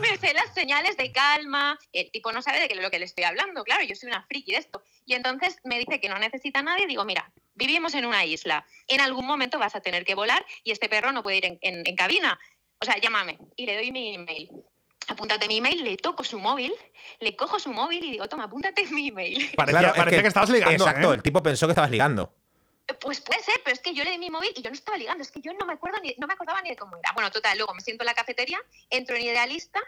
[SPEAKER 3] me sé las señales de calma. El tipo no sabe de qué es lo que le estoy hablando, claro, yo soy una friki de esto. Y entonces me dice que no necesita a nadie. Digo, mira, vivimos en una isla. En algún momento vas a tener que volar y este perro no puede ir en, en- en cabina. O sea, llámame. Y le doy mi email. Apúntate mi email, le toco su móvil, le cojo su móvil y digo, toma, apúntate mi email.
[SPEAKER 1] Parecía,
[SPEAKER 2] Claro, es
[SPEAKER 1] parecía que, estabas ligando.
[SPEAKER 2] Exacto,
[SPEAKER 1] ¿eh?
[SPEAKER 2] el tipo pensó que estabas ligando.
[SPEAKER 3] Pues puede ser, pero es que yo le di mi móvil y yo no estaba ligando, es que yo no me acuerdo ni, no me acordaba ni de cómo era. Bueno, total, luego me siento en la cafetería, entro en idealista,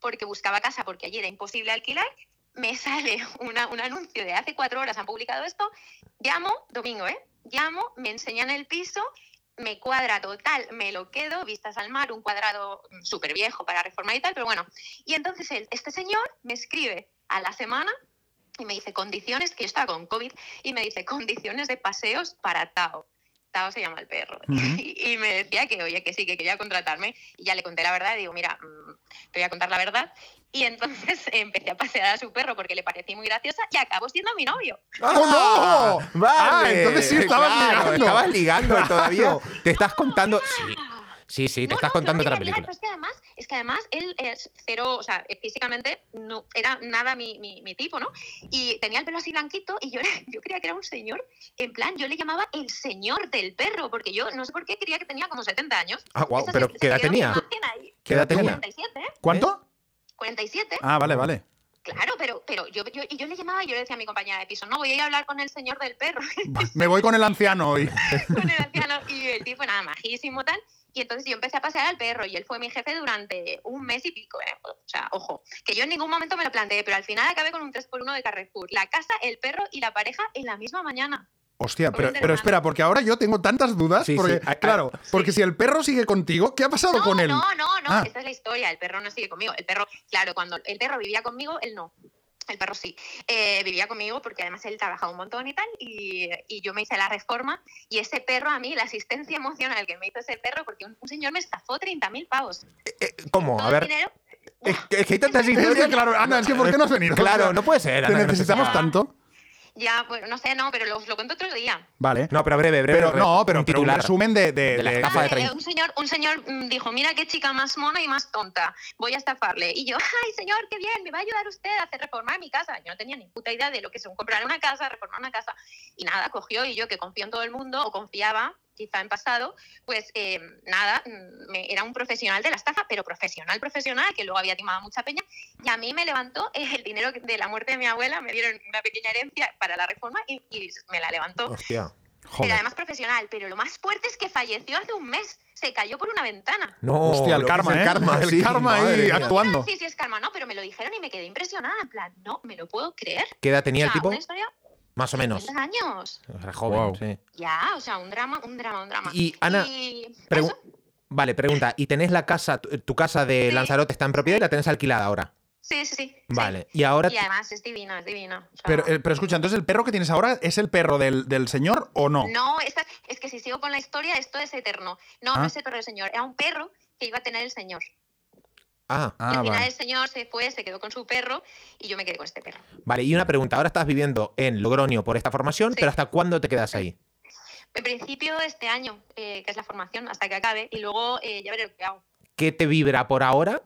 [SPEAKER 3] porque buscaba casa porque allí era imposible alquilar, me sale una- un anuncio de hace cuatro horas han publicado esto, llamo, domingo, ¿eh? Llamo, me enseñan el piso, me cuadra total, me lo quedo, vistas al mar, un cuadrado mm, súper viejo para reformar y tal, pero bueno. Y entonces el- este señor me escribe a la semana y me dice condiciones, que yo estaba con COVID, y me dice condiciones de paseos para Tao. Tao se llama el perro. y, y me decía que, oye, que sí, que quería contratarme. Y ya le conté la verdad y digo, mira, mm, te voy a contar la verdad. Y entonces empecé a pasear a su perro porque le parecí muy graciosa y acabó siendo mi novio.
[SPEAKER 1] ¡Oh, no!
[SPEAKER 2] Vale,
[SPEAKER 1] Ah, entonces sí estabas
[SPEAKER 2] claro,
[SPEAKER 1] ligando.
[SPEAKER 2] Estabas ligando y todavía. Te estás contando. Sí, sí, sí, te
[SPEAKER 3] No,
[SPEAKER 2] estás
[SPEAKER 3] no,
[SPEAKER 2] contando
[SPEAKER 3] pero
[SPEAKER 2] otra
[SPEAKER 3] mira,
[SPEAKER 2] película.
[SPEAKER 3] mira, pero es que además, es que además él es cero, o sea, eh, físicamente no era nada mi, mi- mi tipo, ¿no? Y tenía el pelo así blanquito y yo, era- yo creía que era un señor. En plan, yo le llamaba el señor del perro, porque yo no sé por qué creía que tenía como 70 años.
[SPEAKER 2] Ah, guau,
[SPEAKER 3] Eso
[SPEAKER 2] pero
[SPEAKER 3] se-
[SPEAKER 2] ¿qué
[SPEAKER 3] se
[SPEAKER 2] edad
[SPEAKER 3] quedó mi
[SPEAKER 2] tenía?
[SPEAKER 3] imagen ahí.
[SPEAKER 2] ¿Qué edad tenía?
[SPEAKER 3] 47, ¿eh?
[SPEAKER 1] ¿Cuánto?
[SPEAKER 3] 47.
[SPEAKER 1] Ah, vale, vale.
[SPEAKER 3] Claro, pero, pero yo, yo, y yo le llamaba y yo le decía a mi compañera de piso, no, voy a ir a hablar con el señor del perro.
[SPEAKER 1] Me voy con el anciano hoy.
[SPEAKER 3] con el anciano y el tipo nada majísimo tal y entonces yo empecé a pasear al perro y él fue mi jefe durante un mes y pico ¿eh? o sea ojo que yo en ningún momento me lo planteé pero al final acabé con un 3x1 de Carrefour la casa el perro y la pareja en la misma mañana
[SPEAKER 1] Hostia,
[SPEAKER 3] Con
[SPEAKER 1] pero,
[SPEAKER 3] un
[SPEAKER 1] pero
[SPEAKER 3] hermano.
[SPEAKER 1] espera, porque ahora yo tengo tantas dudas.
[SPEAKER 2] Sí,
[SPEAKER 1] porque,
[SPEAKER 2] sí, a-
[SPEAKER 1] Claro, porque si el perro sigue contigo, ¿qué ha pasado
[SPEAKER 3] no
[SPEAKER 1] con él?
[SPEAKER 3] no no no
[SPEAKER 1] Ah.
[SPEAKER 3] esta es la historia el perro no sigue conmigo el perro claro cuando el perro vivía conmigo él no el perro sí, Eh, vivía conmigo porque además él trabajaba un montón y tal, y, y yo me hice la reforma y ese perro a mí, la asistencia emocional que me hizo ese perro, porque un, un señor me estafó 30.000 pavos.
[SPEAKER 2] Eh, ¿Cómo?
[SPEAKER 3] Todo
[SPEAKER 2] A
[SPEAKER 3] el
[SPEAKER 2] ver.
[SPEAKER 3] dinero-
[SPEAKER 2] Es que, es que hay tantas
[SPEAKER 1] Es que,
[SPEAKER 2] historias.
[SPEAKER 1] claro, Ana, es que ¿por qué no has venido? O
[SPEAKER 2] Claro,
[SPEAKER 1] sea,
[SPEAKER 2] no puede ser.
[SPEAKER 1] Te
[SPEAKER 2] Ana, no
[SPEAKER 1] necesitamos
[SPEAKER 2] necesitamos-
[SPEAKER 1] tanto.
[SPEAKER 3] Ya, bueno, no sé, no, pero lo, os lo cuento otro día.
[SPEAKER 1] Vale.
[SPEAKER 2] No, pero breve, breve.
[SPEAKER 1] pero
[SPEAKER 2] breve,
[SPEAKER 1] no, pero,
[SPEAKER 2] un
[SPEAKER 1] pero un
[SPEAKER 2] titular.
[SPEAKER 1] resumen de, de,
[SPEAKER 2] De la
[SPEAKER 1] de-
[SPEAKER 2] estafa. Estafa de
[SPEAKER 3] Eh,
[SPEAKER 2] 30.
[SPEAKER 3] un señor, un señor mm, dijo, mira qué chica más mona y más tonta, voy a estafarle. Y yo, ay señor, qué bien, me va a ayudar usted a hacer reformar mi casa. Yo no tenía ni puta idea de lo que son comprar una casa, reformar una casa. Y nada, cogió y yo que confío en todo el mundo, o confiaba quizá en pasado, pues eh, nada, mm, me- era un profesional de la estafa, pero profesional, profesional, que luego había timado a mucha peña, y a mí me levantó eh, el dinero de la muerte de mi abuela, me dieron una pequeña herencia para la reforma y, y me la levantó.
[SPEAKER 2] Hostia.
[SPEAKER 1] Joder.
[SPEAKER 3] Pero además profesional. Pero lo más fuerte es que falleció hace un mes. Se cayó por una ventana.
[SPEAKER 2] No,
[SPEAKER 1] Hostia, el
[SPEAKER 2] lo que
[SPEAKER 1] karma,
[SPEAKER 2] es
[SPEAKER 1] ¿eh?
[SPEAKER 2] Oh, el karma,
[SPEAKER 1] El
[SPEAKER 2] sí,
[SPEAKER 1] karma ahí,
[SPEAKER 2] madre mía.
[SPEAKER 1] actúa- ¿Cuándo?
[SPEAKER 3] No sé si es karma, no, pero me lo dijeron y me quedé impresionada. En plan, no, me lo puedo creer.
[SPEAKER 2] ¿Qué edad tenía
[SPEAKER 3] o
[SPEAKER 2] el
[SPEAKER 3] sea,
[SPEAKER 2] tipo?
[SPEAKER 3] una historia
[SPEAKER 2] Más o
[SPEAKER 3] de
[SPEAKER 2] menos.
[SPEAKER 3] 50 años.
[SPEAKER 2] Era joven,
[SPEAKER 1] Wow.
[SPEAKER 2] sí.
[SPEAKER 3] Ya, o sea, un drama, un drama, un drama.
[SPEAKER 2] Y, Ana,
[SPEAKER 3] Y-
[SPEAKER 2] Pregu-
[SPEAKER 3] ¿Eso?
[SPEAKER 2] Vale, pregunta. ¿Y tenés la casa, tu, tu casa de
[SPEAKER 3] Sí.
[SPEAKER 2] Lanzarote está en propiedad y la tenés alquilada ahora?
[SPEAKER 3] Sí, sí, sí. sí.
[SPEAKER 2] Vale. Y ahora.
[SPEAKER 3] Y además es divino, es divino. O sea,
[SPEAKER 1] Pero, eh, pero escucha, entonces el perro que tienes ahora es el perro del, del señor o no?
[SPEAKER 3] No, esta- es que si sigo con la historia, esto es eterno. No,
[SPEAKER 1] Ah.
[SPEAKER 3] no es el perro del señor, era un perro que iba a tener el señor.
[SPEAKER 2] Ah,
[SPEAKER 3] y
[SPEAKER 1] Ah,
[SPEAKER 3] al final
[SPEAKER 1] vale.
[SPEAKER 3] el señor se fue, se quedó con su perro y yo me quedé con este perro.
[SPEAKER 2] vale. Y una pregunta. Ahora estás viviendo en Logroño por esta formación,
[SPEAKER 3] Sí.
[SPEAKER 2] pero ¿hasta cuándo te quedas ahí?
[SPEAKER 3] En principio este año, eh, que es la formación, hasta que acabe, y luego eh, ya veré lo que hago.
[SPEAKER 2] ¿Qué te vibra por ahora?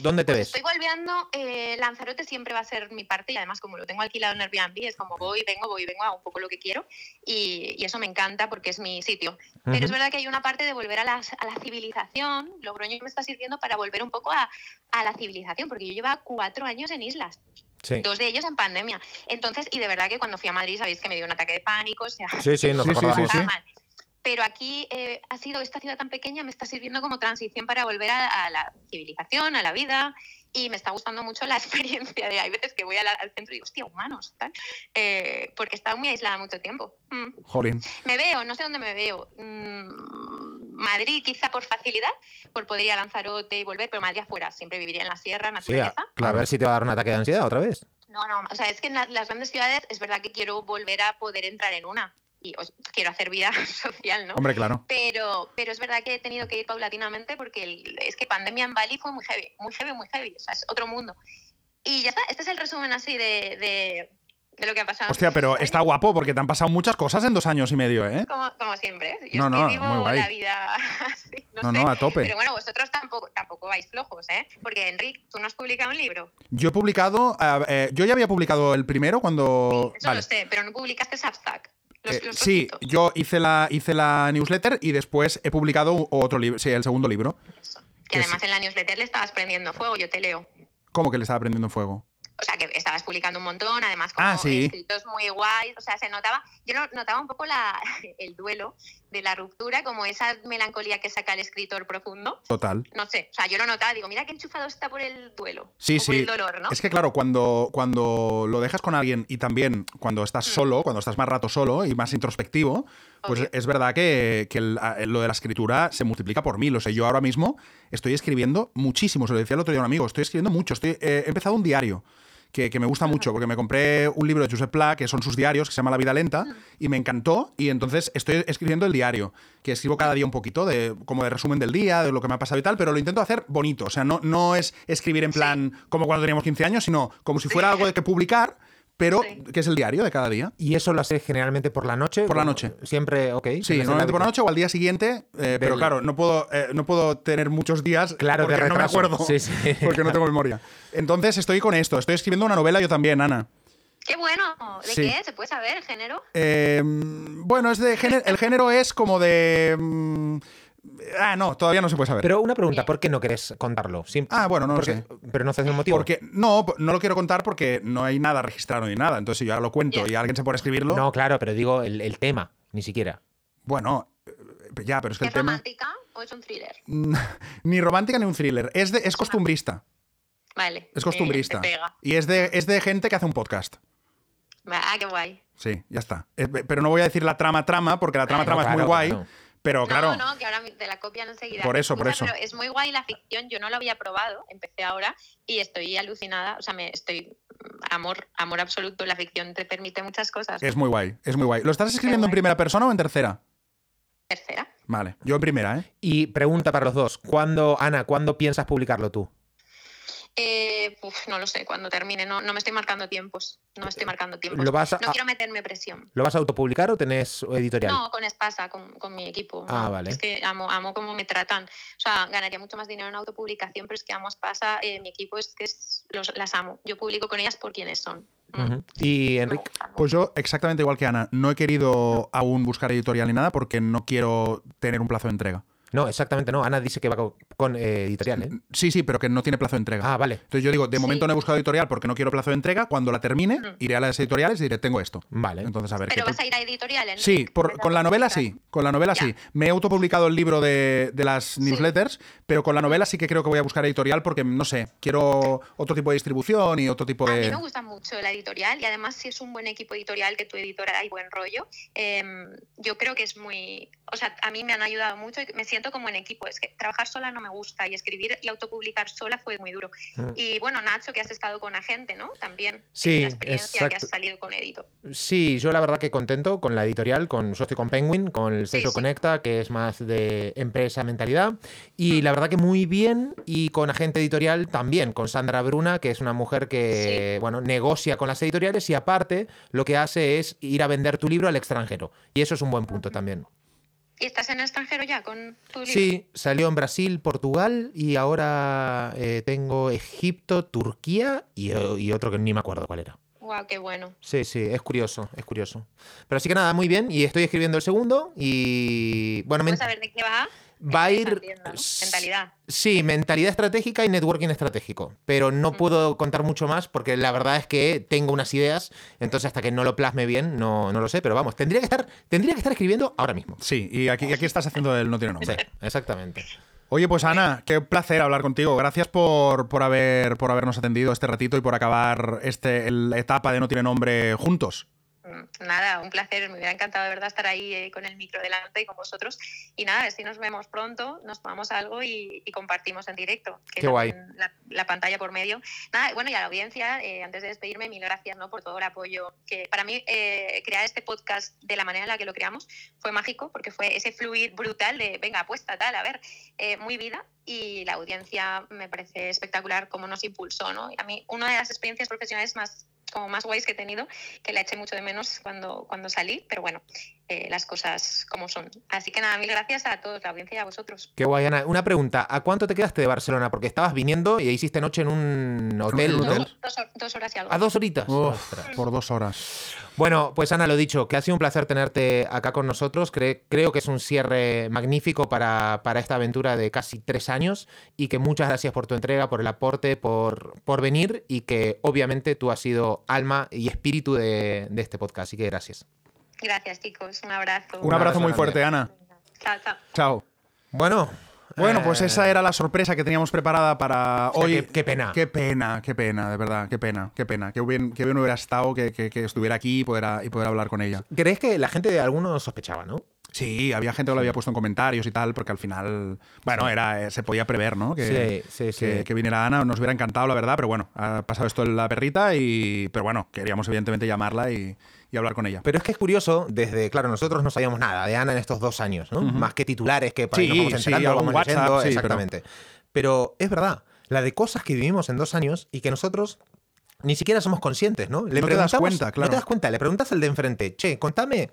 [SPEAKER 2] ¿Dónde te
[SPEAKER 3] Pues
[SPEAKER 2] ves?
[SPEAKER 3] Estoy volviendo, eh, Lanzarote siempre va a ser mi parte y además como lo tengo alquilado en Airbnb, es como voy, vengo, voy, vengo, hago un poco lo que quiero y, y eso me encanta porque es mi sitio. Pero es
[SPEAKER 2] Ujú.
[SPEAKER 3] verdad que hay una parte de volver a, las- a la civilización, Logroño me está sirviendo para volver un poco a, a la civilización, porque yo llevaba cuatro años en islas,
[SPEAKER 2] Sí.
[SPEAKER 3] dos de ellos en pandemia. Entonces, y de verdad que cuando fui a Madrid, sabéis que me dio un ataque de pánico, o sea,
[SPEAKER 2] sí, sí, nos
[SPEAKER 1] Sí, sí, sí,
[SPEAKER 2] acordamos.
[SPEAKER 3] estaba mal. Pero aquí eh, ha sido esta ciudad tan pequeña, me está sirviendo como transición para volver a, a la civilización, a la vida. Y me está gustando mucho la experiencia de hay veces que voy a la- al centro y digo, hostia, humanos, tal. Eh, porque he estado muy aislada mucho tiempo. Mm.
[SPEAKER 1] Jolín.
[SPEAKER 3] Me veo, no sé dónde me veo. Mm, Madrid quizá por facilidad, por poder ir a Lanzarote y volver, pero Madrid afuera, siempre viviría en la sierra,
[SPEAKER 2] Sí, a,
[SPEAKER 3] naturaleza.
[SPEAKER 2] a ver si te va a dar un ataque de ansiedad otra vez.
[SPEAKER 3] No, no, o sea, es que en la- las grandes ciudades es verdad que quiero volver a poder entrar en una y o sea, quiero hacer vida social, ¿no?
[SPEAKER 1] Hombre, claro.
[SPEAKER 3] Pero, pero es verdad que he tenido que ir paulatinamente porque el- es que pandemia en Bali fue muy heavy, muy heavy, muy heavy, o sea, es otro mundo. Y ya está, este es el resumen así de, de, de lo que ha pasado.
[SPEAKER 1] Hostia, pero está guapo porque te han pasado muchas cosas en dos años y medio, ¿eh?
[SPEAKER 3] Como, como siempre, ¿eh?
[SPEAKER 1] No,
[SPEAKER 3] yo
[SPEAKER 1] no,
[SPEAKER 3] es que vivo
[SPEAKER 1] muy guay.
[SPEAKER 3] la vida así, no,
[SPEAKER 1] No,
[SPEAKER 3] sé.
[SPEAKER 1] no, a tope.
[SPEAKER 3] Pero bueno, vosotros tampoco, tampoco vais flojos, ¿eh? Porque, Enric, tú no has publicado un libro.
[SPEAKER 1] Yo he publicado. ah, eh, yo ya había publicado el primero cuando.
[SPEAKER 3] Eso lo sé, pero no publicaste Substack. Los-
[SPEAKER 1] Eh,
[SPEAKER 3] los
[SPEAKER 1] sí,
[SPEAKER 3] poquito.
[SPEAKER 1] yo hice la, hice la newsletter y después he publicado u- otro libro, sí, el segundo libro.
[SPEAKER 3] Eso.
[SPEAKER 1] que
[SPEAKER 3] Que
[SPEAKER 1] es-
[SPEAKER 3] además en la newsletter le estabas prendiendo fuego, yo te leo.
[SPEAKER 1] ¿Cómo que le estaba prendiendo fuego?
[SPEAKER 3] O sea, que estabas publicando un montón, además como
[SPEAKER 1] Ah, sí.
[SPEAKER 3] escritos muy guays, o sea, se notaba, yo no- notaba un poco la, el duelo de la ruptura, como esa melancolía que saca el escritor profundo,
[SPEAKER 1] Total.
[SPEAKER 3] no sé, o sea, yo lo notaba, digo, mira qué enchufado está por el duelo,
[SPEAKER 1] Sí,
[SPEAKER 3] o por
[SPEAKER 1] sí.
[SPEAKER 3] el dolor, ¿no?
[SPEAKER 1] Es que claro, cuando, cuando lo dejas con alguien y también cuando estás
[SPEAKER 3] Mm.
[SPEAKER 1] solo, cuando estás más rato solo y más introspectivo, pues
[SPEAKER 3] Obvio.
[SPEAKER 1] es verdad que, que el- a- lo de la escritura se multiplica por mil. O sea, yo ahora mismo estoy escribiendo muchísimo, se lo decía el otro día a un amigo, estoy escribiendo mucho, estoy, eh, he empezado un diario. Que, que me gusta mucho, porque me compré un libro de Josep Pla, que son sus diarios, que se llama La vida lenta, y me encantó, y entonces estoy escribiendo el diario, que escribo cada día un poquito, de, como de resumen del día, de lo que me ha pasado y tal, pero lo intento hacer bonito, o sea, no, no es escribir en plan como cuando teníamos 15 años, sino como si fuera algo de que publicar, pero
[SPEAKER 3] Sí.
[SPEAKER 1] que es el diario de cada día.
[SPEAKER 2] ¿Y eso lo haces generalmente por la noche?
[SPEAKER 1] Por la noche.
[SPEAKER 2] Siempre, ok.
[SPEAKER 1] Sí, normalmente por la noche o al día siguiente, eh, pero claro, no puedo, eh, no puedo tener muchos días
[SPEAKER 2] Claro, de
[SPEAKER 1] porque no me
[SPEAKER 2] retraso.
[SPEAKER 1] acuerdo,
[SPEAKER 2] Sí, sí.
[SPEAKER 1] porque no tengo memoria. Entonces estoy con esto, estoy escribiendo una novela yo también, Ana.
[SPEAKER 3] Qué bueno, ¿de
[SPEAKER 1] Sí.
[SPEAKER 3] qué? ¿Se puede saber el género?
[SPEAKER 1] Eh, bueno, es de género, el género es como de... mm, ah, no, todavía no se puede saber.
[SPEAKER 2] Pero una pregunta, ¿por qué no querés contarlo? Sim-
[SPEAKER 1] Ah, bueno, no lo
[SPEAKER 2] porque-
[SPEAKER 1] sé.
[SPEAKER 2] Pero no haces el motivo.
[SPEAKER 1] porque no, no lo quiero contar porque no hay nada registrado ni nada. Entonces, si yo ahora lo cuento
[SPEAKER 3] Ya.
[SPEAKER 1] y alguien se pone a escribirlo,
[SPEAKER 2] No, claro, pero digo el, el tema, ni siquiera.
[SPEAKER 1] bueno, eh, ya, pero es que
[SPEAKER 3] ¿Es
[SPEAKER 1] el tema
[SPEAKER 3] romántica o es un thriller?
[SPEAKER 1] ni romántica ni un thriller, es de- es costumbrista.
[SPEAKER 3] Vale.
[SPEAKER 1] Es
[SPEAKER 3] Eh,
[SPEAKER 1] costumbrista.
[SPEAKER 3] te pega.
[SPEAKER 1] Y es de, es de gente que hace un podcast.
[SPEAKER 3] Ah, qué guay.
[SPEAKER 1] Sí, ya está. Eh, pe- Pero no voy a decir la trama trama, porque la trama
[SPEAKER 2] Claro,
[SPEAKER 1] trama es muy
[SPEAKER 2] claro,
[SPEAKER 1] guay.
[SPEAKER 2] claro.
[SPEAKER 1] Pero claro,
[SPEAKER 3] No, no, que ahora te la copian enseguida.
[SPEAKER 1] Por eso, por
[SPEAKER 3] Escucha,
[SPEAKER 1] eso.
[SPEAKER 3] Pero es muy guay la ficción, yo no lo había probado, empecé ahora y estoy alucinada, o sea, me estoy mm, amor, amor absoluto, la ficción te permite muchas cosas.
[SPEAKER 1] es muy guay, es muy guay. ¿Lo estás escribiendo en
[SPEAKER 3] guay.
[SPEAKER 1] primera persona o en tercera?
[SPEAKER 3] Tercera.
[SPEAKER 1] Vale, yo en primera, ¿eh?
[SPEAKER 2] Y pregunta para los dos. ¿Cuándo, Ana, cuándo piensas publicarlo tú?
[SPEAKER 3] Eh, uf, no lo sé, cuando termine, no, no me estoy marcando tiempos, no estoy marcando tiempos.
[SPEAKER 2] lo vas a-
[SPEAKER 3] No quiero meterme presión.
[SPEAKER 2] ¿Lo vas a autopublicar o tenés editorial?
[SPEAKER 3] No, con Espasa, con, con mi equipo.
[SPEAKER 2] Ah,
[SPEAKER 3] no.
[SPEAKER 2] vale.
[SPEAKER 3] Es que amo, amo cómo me tratan. O sea, ganaría mucho más dinero en autopublicación, pero es que amo Espasa, eh, mi equipo es que es- los, las amo. Yo publico con ellas por quienes son. Mm.
[SPEAKER 2] Ujú. Y
[SPEAKER 3] Me
[SPEAKER 2] Enrique,
[SPEAKER 3] gustan mucho.
[SPEAKER 1] Pues yo, exactamente igual que Ana, no he querido aún buscar editorial ni nada porque no quiero tener un plazo de entrega.
[SPEAKER 2] no, exactamente no. Ana dice que va co- con, eh, editorial, ¿eh?
[SPEAKER 1] Sí, sí, pero que no tiene plazo de entrega.
[SPEAKER 2] Ah, vale.
[SPEAKER 1] Entonces yo digo, de
[SPEAKER 3] Sí.
[SPEAKER 1] momento no he buscado editorial porque no quiero plazo de entrega. Cuando la termine,
[SPEAKER 3] Mm.
[SPEAKER 1] iré a las editoriales y diré, tengo esto.
[SPEAKER 2] Vale.
[SPEAKER 1] Entonces, a ver
[SPEAKER 3] Pero
[SPEAKER 1] qué
[SPEAKER 3] vas a ir a editorial, ¿eh?
[SPEAKER 1] Sí, por- con la novela sí, con la novela
[SPEAKER 3] Ya.
[SPEAKER 1] sí. Me he autopublicado el libro de, de las newsletters, pero con la novela sí que creo que voy a buscar editorial porque, no sé, quiero otro tipo de distribución y otro tipo
[SPEAKER 3] A mí
[SPEAKER 1] de...
[SPEAKER 3] me gusta mucho la editorial y además si es un buen equipo editorial que tu editora hay buen rollo, em, yo creo que es muy, o sea, a mí me han ayudado mucho y me siento como en equipo. Es que trabajar sola no me gusta y escribir y autopublicar sola fue muy duro.
[SPEAKER 1] Ah.
[SPEAKER 2] Mm.
[SPEAKER 3] Y bueno, Nacho, que has estado con agente, ¿no? También.
[SPEAKER 2] Sí,
[SPEAKER 3] la experiencia que
[SPEAKER 2] exacto.
[SPEAKER 3] has salido con Edito.
[SPEAKER 2] Sí, yo la verdad que contento con la editorial, con yo estoy con Penguin, con el sello
[SPEAKER 3] sí.
[SPEAKER 2] Conecta, que es más de empresa mentalidad, y la verdad que muy bien, y con agente editorial también, con Sandra Bruna, que es una mujer que, bueno, negocia con las editoriales y aparte lo que hace es ir a vender tu libro al extranjero, y eso es un buen punto también.
[SPEAKER 3] ¿Y estás en el extranjero ya con tu libro?
[SPEAKER 2] Sí, salió en Brasil, Portugal y ahora eh, tengo Egipto, Turquía y, eh, y otro que ni me acuerdo cuál era.
[SPEAKER 3] Guau, qué bueno.
[SPEAKER 2] Sí, sí, es curioso, es curioso. Pero así que nada, muy bien. Y estoy escribiendo el segundo y bueno, me-
[SPEAKER 3] Vamos a ver de qué va.
[SPEAKER 2] va a ir...
[SPEAKER 3] Entiendo, ¿no? Mentalidad.
[SPEAKER 2] Sí, mentalidad estratégica y networking estratégico. Pero no
[SPEAKER 3] Mm.
[SPEAKER 2] puedo contar mucho más porque la verdad es que tengo unas ideas, entonces hasta que no lo plasme bien, no, no lo sé. Pero vamos, tendría que estar, tendría que estar escribiendo ahora mismo.
[SPEAKER 1] Sí, y aquí, y aquí estás haciendo el no tiene
[SPEAKER 2] Sí,
[SPEAKER 1] nombre.
[SPEAKER 2] exactamente.
[SPEAKER 1] Oye, pues Ana, qué placer hablar contigo. Gracias por, por, haber, por habernos atendido este ratito y por acabar este, el- la etapa de No tiene nombre juntos.
[SPEAKER 3] Mm, Nada, un placer. Me hubiera encantado de verdad estar ahí eh, con el micro delante y con vosotros. Y nada, a ver si nos vemos pronto, nos tomamos algo y, y compartimos en directo. que
[SPEAKER 2] Qué guay.
[SPEAKER 3] también La, la pantalla por medio. Nada, bueno, y a la audiencia, eh, antes de despedirme, mil gracias ¿no? por todo el apoyo. que Para mí, eh, crear este podcast de la manera en la que lo creamos fue mágico, porque fue ese fluir brutal de, venga, apuesta, tal, a ver, eh, muy vida. Y la audiencia me parece espectacular cómo nos impulsó, ¿no? Y a mí, una de las experiencias profesionales más como más guays que he tenido que la eché mucho de menos cuando, cuando salí, pero bueno, eh, las cosas como son. Así que nada, mil gracias a todos, la audiencia y a vosotros.
[SPEAKER 2] Qué guay, Ana. Una pregunta, ¿a cuánto te quedaste de Barcelona? Porque estabas viniendo y hiciste noche en un hotel.
[SPEAKER 1] un
[SPEAKER 2] ¿no?
[SPEAKER 1] hotel.
[SPEAKER 3] Dos, dos- dos horas y algo.
[SPEAKER 2] A dos horitas. Ostras.
[SPEAKER 1] por dos horas.
[SPEAKER 2] Bueno, pues Ana, lo dicho, que ha sido un placer tenerte acá con nosotros. Cre- creo que es un cierre magnífico para, para esta aventura de casi tres años y que muchas gracias por tu entrega, por el aporte, por, por venir y que obviamente tú has sido alma y espíritu de, de este podcast. Así que gracias.
[SPEAKER 3] Gracias, chicos. Un abrazo.
[SPEAKER 1] Un abrazo muy
[SPEAKER 2] grande.
[SPEAKER 1] fuerte, Ana.
[SPEAKER 3] Chao, chao.
[SPEAKER 1] Chao.
[SPEAKER 2] Bueno.
[SPEAKER 1] Bueno, pues
[SPEAKER 2] eh,
[SPEAKER 1] esa era la sorpresa que teníamos preparada para
[SPEAKER 2] sea,
[SPEAKER 1] hoy.
[SPEAKER 2] qué- qué pena.
[SPEAKER 1] Qué pena, qué pena, de verdad, qué pena, qué pena. Qué bien, qué bien hubiera estado que, que- que estuviera aquí y poder, y poder hablar con ella.
[SPEAKER 2] ¿Crees que la gente de algunos sospechaba, no?
[SPEAKER 1] Sí, había gente que lo había puesto en comentarios y tal, porque al final, bueno, era, eh, se podía prever, ¿no? Que,
[SPEAKER 2] Sí, sí, sí.
[SPEAKER 1] Que, que viniera Ana, nos hubiera encantado, la verdad, pero bueno, ha pasado esto en la perrita y, pero bueno, queríamos evidentemente llamarla y, y hablar con ella.
[SPEAKER 2] Pero es que es curioso, desde, claro, nosotros no sabíamos nada de Ana en estos dos años, ¿no? Más que titulares que para
[SPEAKER 1] Sí,
[SPEAKER 2] nos vamos
[SPEAKER 1] sí,
[SPEAKER 2] enterando,
[SPEAKER 1] algún
[SPEAKER 2] vamos
[SPEAKER 1] WhatsApp,
[SPEAKER 2] leyendo,
[SPEAKER 1] sí, pero-
[SPEAKER 2] exactamente. Pero... es verdad, la de cosas que vivimos en dos años y que nosotros ni siquiera somos conscientes, ¿no?
[SPEAKER 1] No te das
[SPEAKER 2] preguntamos-
[SPEAKER 1] cuenta, claro.
[SPEAKER 2] No te das cuenta, le preguntas al de enfrente, che, contame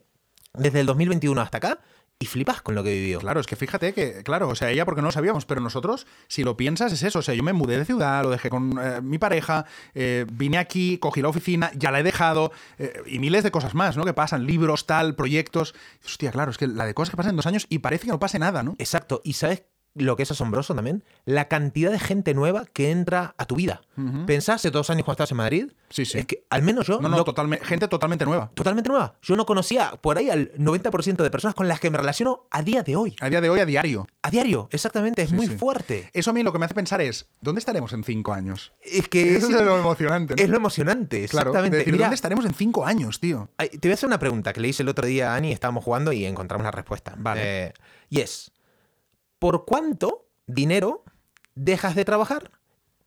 [SPEAKER 2] desde el 2021 hasta acá y flipas con lo que vivió.
[SPEAKER 1] Claro, es que fíjate que, claro, o sea, ella porque no lo sabíamos, pero nosotros, si lo piensas, es eso. O sea, yo me mudé de ciudad, lo dejé con eh, mi pareja, eh, vine aquí, cogí la oficina, ya la he dejado, eh, y miles de cosas más, ¿no? Que pasan, libros, tal, proyectos. Hostia, claro, es que la de cosas que pasan en dos años y parece que no pase nada, ¿no?
[SPEAKER 2] Exacto, y ¿sabes lo que es asombroso también? La cantidad de gente nueva que entra a tu vida. Pensás hace dos años cuando estabas en Madrid,
[SPEAKER 1] Sí, sí.
[SPEAKER 2] es que al menos yo
[SPEAKER 1] No, no,
[SPEAKER 2] no
[SPEAKER 1] totalme- gente totalmente nueva.
[SPEAKER 2] totalmente nueva. Yo no conocía por ahí al 90% de personas con las que me relaciono a día de hoy.
[SPEAKER 1] A día de hoy, a diario.
[SPEAKER 2] A diario, exactamente, es muy
[SPEAKER 1] sí.
[SPEAKER 2] fuerte.
[SPEAKER 1] Eso a mí lo que me hace pensar es, ¿dónde estaremos en cinco años?
[SPEAKER 2] Es que
[SPEAKER 1] Eso es lo emocionante. ¿no?
[SPEAKER 2] es lo emocionante,
[SPEAKER 1] claro, de
[SPEAKER 2] exactamente.
[SPEAKER 1] decir,
[SPEAKER 2] Mira,
[SPEAKER 1] ¿dónde estaremos en cinco años, tío?
[SPEAKER 2] ay, te voy a hacer una pregunta que le hice el otro día a Ani, estábamos jugando y encontramos la respuesta.
[SPEAKER 1] Vale.
[SPEAKER 2] Eh, y es, ¿por cuánto dinero dejas de trabajar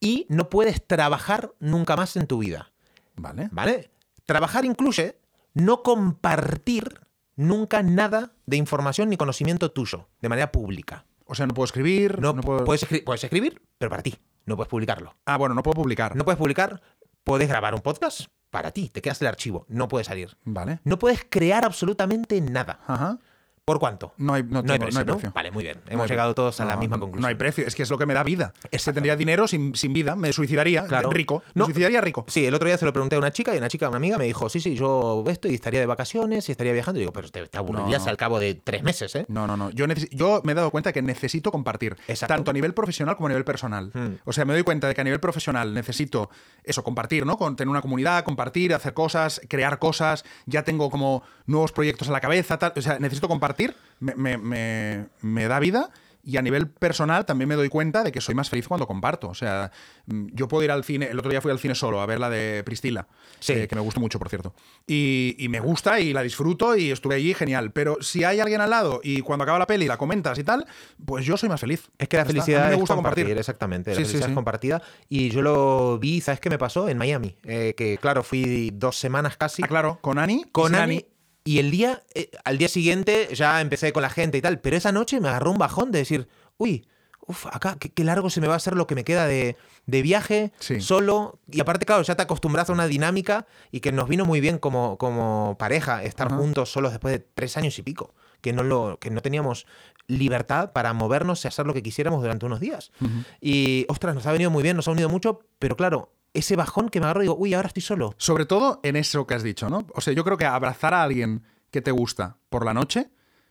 [SPEAKER 2] y no puedes trabajar nunca más en tu vida?
[SPEAKER 1] Vale.
[SPEAKER 2] ¿Vale? Trabajar incluye no compartir nunca nada de información ni conocimiento tuyo de manera pública.
[SPEAKER 1] O sea, no puedo escribir,
[SPEAKER 2] No,
[SPEAKER 1] no, puedo...
[SPEAKER 2] puedes, escri- puedes escribir, pero para ti. No puedes publicarlo.
[SPEAKER 1] Ah, bueno, no puedo publicar.
[SPEAKER 2] No puedes publicar, puedes grabar un podcast para ti. Te quedas el archivo. No puede salir.
[SPEAKER 1] Vale.
[SPEAKER 2] No puedes crear absolutamente nada.
[SPEAKER 1] Ajá.
[SPEAKER 2] ¿Por cuánto?
[SPEAKER 1] No hay, no,
[SPEAKER 2] No hay
[SPEAKER 1] tengo-
[SPEAKER 2] precio,
[SPEAKER 1] no hay
[SPEAKER 2] ¿no?
[SPEAKER 1] precio.
[SPEAKER 2] Vale, muy bien.
[SPEAKER 1] No
[SPEAKER 2] Hemos
[SPEAKER 1] hay
[SPEAKER 2] llegado
[SPEAKER 1] pre-
[SPEAKER 2] todos a la
[SPEAKER 1] no,
[SPEAKER 2] misma
[SPEAKER 1] no,
[SPEAKER 2] conclusión.
[SPEAKER 1] No hay precio, es que es lo que me da vida. Es que
[SPEAKER 2] Exacto.
[SPEAKER 1] tendría dinero sin, sin vida, me suicidaría.
[SPEAKER 2] Claro.
[SPEAKER 1] Rico. Me
[SPEAKER 2] No.
[SPEAKER 1] suicidaría rico.
[SPEAKER 2] Sí, el otro día se lo pregunté a una chica y una chica, una amiga, me dijo, sí, sí, yo esto y estaría de vacaciones y estaría viajando. Y digo, pero te, te aburrirías
[SPEAKER 1] no.
[SPEAKER 2] al cabo de tres meses, ¿eh?
[SPEAKER 1] No, no, no. Yo, necesi- yo me he dado cuenta que necesito compartir.
[SPEAKER 2] Exacto.
[SPEAKER 1] Tanto a nivel profesional como a nivel personal.
[SPEAKER 2] Hmm.
[SPEAKER 1] O sea, me doy cuenta de que a nivel profesional necesito eso, compartir, ¿no? Con tener una comunidad, compartir, hacer cosas, crear cosas. Ya tengo como nuevos proyectos en la cabeza, tal. O sea, necesito compartir. Me, me- me- me da vida. Y a nivel personal también me doy cuenta de que soy más feliz cuando comparto. O sea, mm, yo puedo ir al cine. El otro día fui al cine solo a ver la de Priscila.
[SPEAKER 2] Sí.
[SPEAKER 1] eh, que me gusta mucho, por cierto. Y, y me gusta y la disfruto y estuve allí genial. Pero si hay alguien al lado y cuando acaba la peli la comentas y tal, pues yo soy más feliz.
[SPEAKER 2] Es que la
[SPEAKER 1] Ya está.
[SPEAKER 2] felicidad
[SPEAKER 1] A mí
[SPEAKER 2] es compartir, exactamente. La
[SPEAKER 1] Sí, sí,
[SPEAKER 2] felicidad
[SPEAKER 1] sí.
[SPEAKER 2] es compartida. Y yo lo vi, ¿sabes qué me pasó? En Miami. Eh, que claro, fui dos semanas casi
[SPEAKER 1] Ah, claro, con Ani.
[SPEAKER 2] con
[SPEAKER 1] sin
[SPEAKER 2] Ani. Y el día, eh, al día siguiente ya empecé con la gente y tal. Pero esa noche me agarró un bajón de decir, uy, uf, acá qué, qué largo se me va a hacer lo que me queda de, de viaje,
[SPEAKER 1] Sí.
[SPEAKER 2] solo. Y aparte, claro, ya te acostumbras a una dinámica y que nos vino muy bien como, como pareja estar
[SPEAKER 1] Ajá.
[SPEAKER 2] juntos solos después de tres años y pico. que no, lo, que no teníamos libertad para movernos y hacer lo que quisiéramos durante unos días.
[SPEAKER 1] Ujú.
[SPEAKER 2] Y ostras, nos ha venido muy bien, nos ha unido mucho, pero claro, ese bajón que me agarro digo, uy, ahora estoy solo.
[SPEAKER 1] Sobre todo en eso que has dicho, ¿no? O sea, yo creo que abrazar a alguien que te gusta por la noche,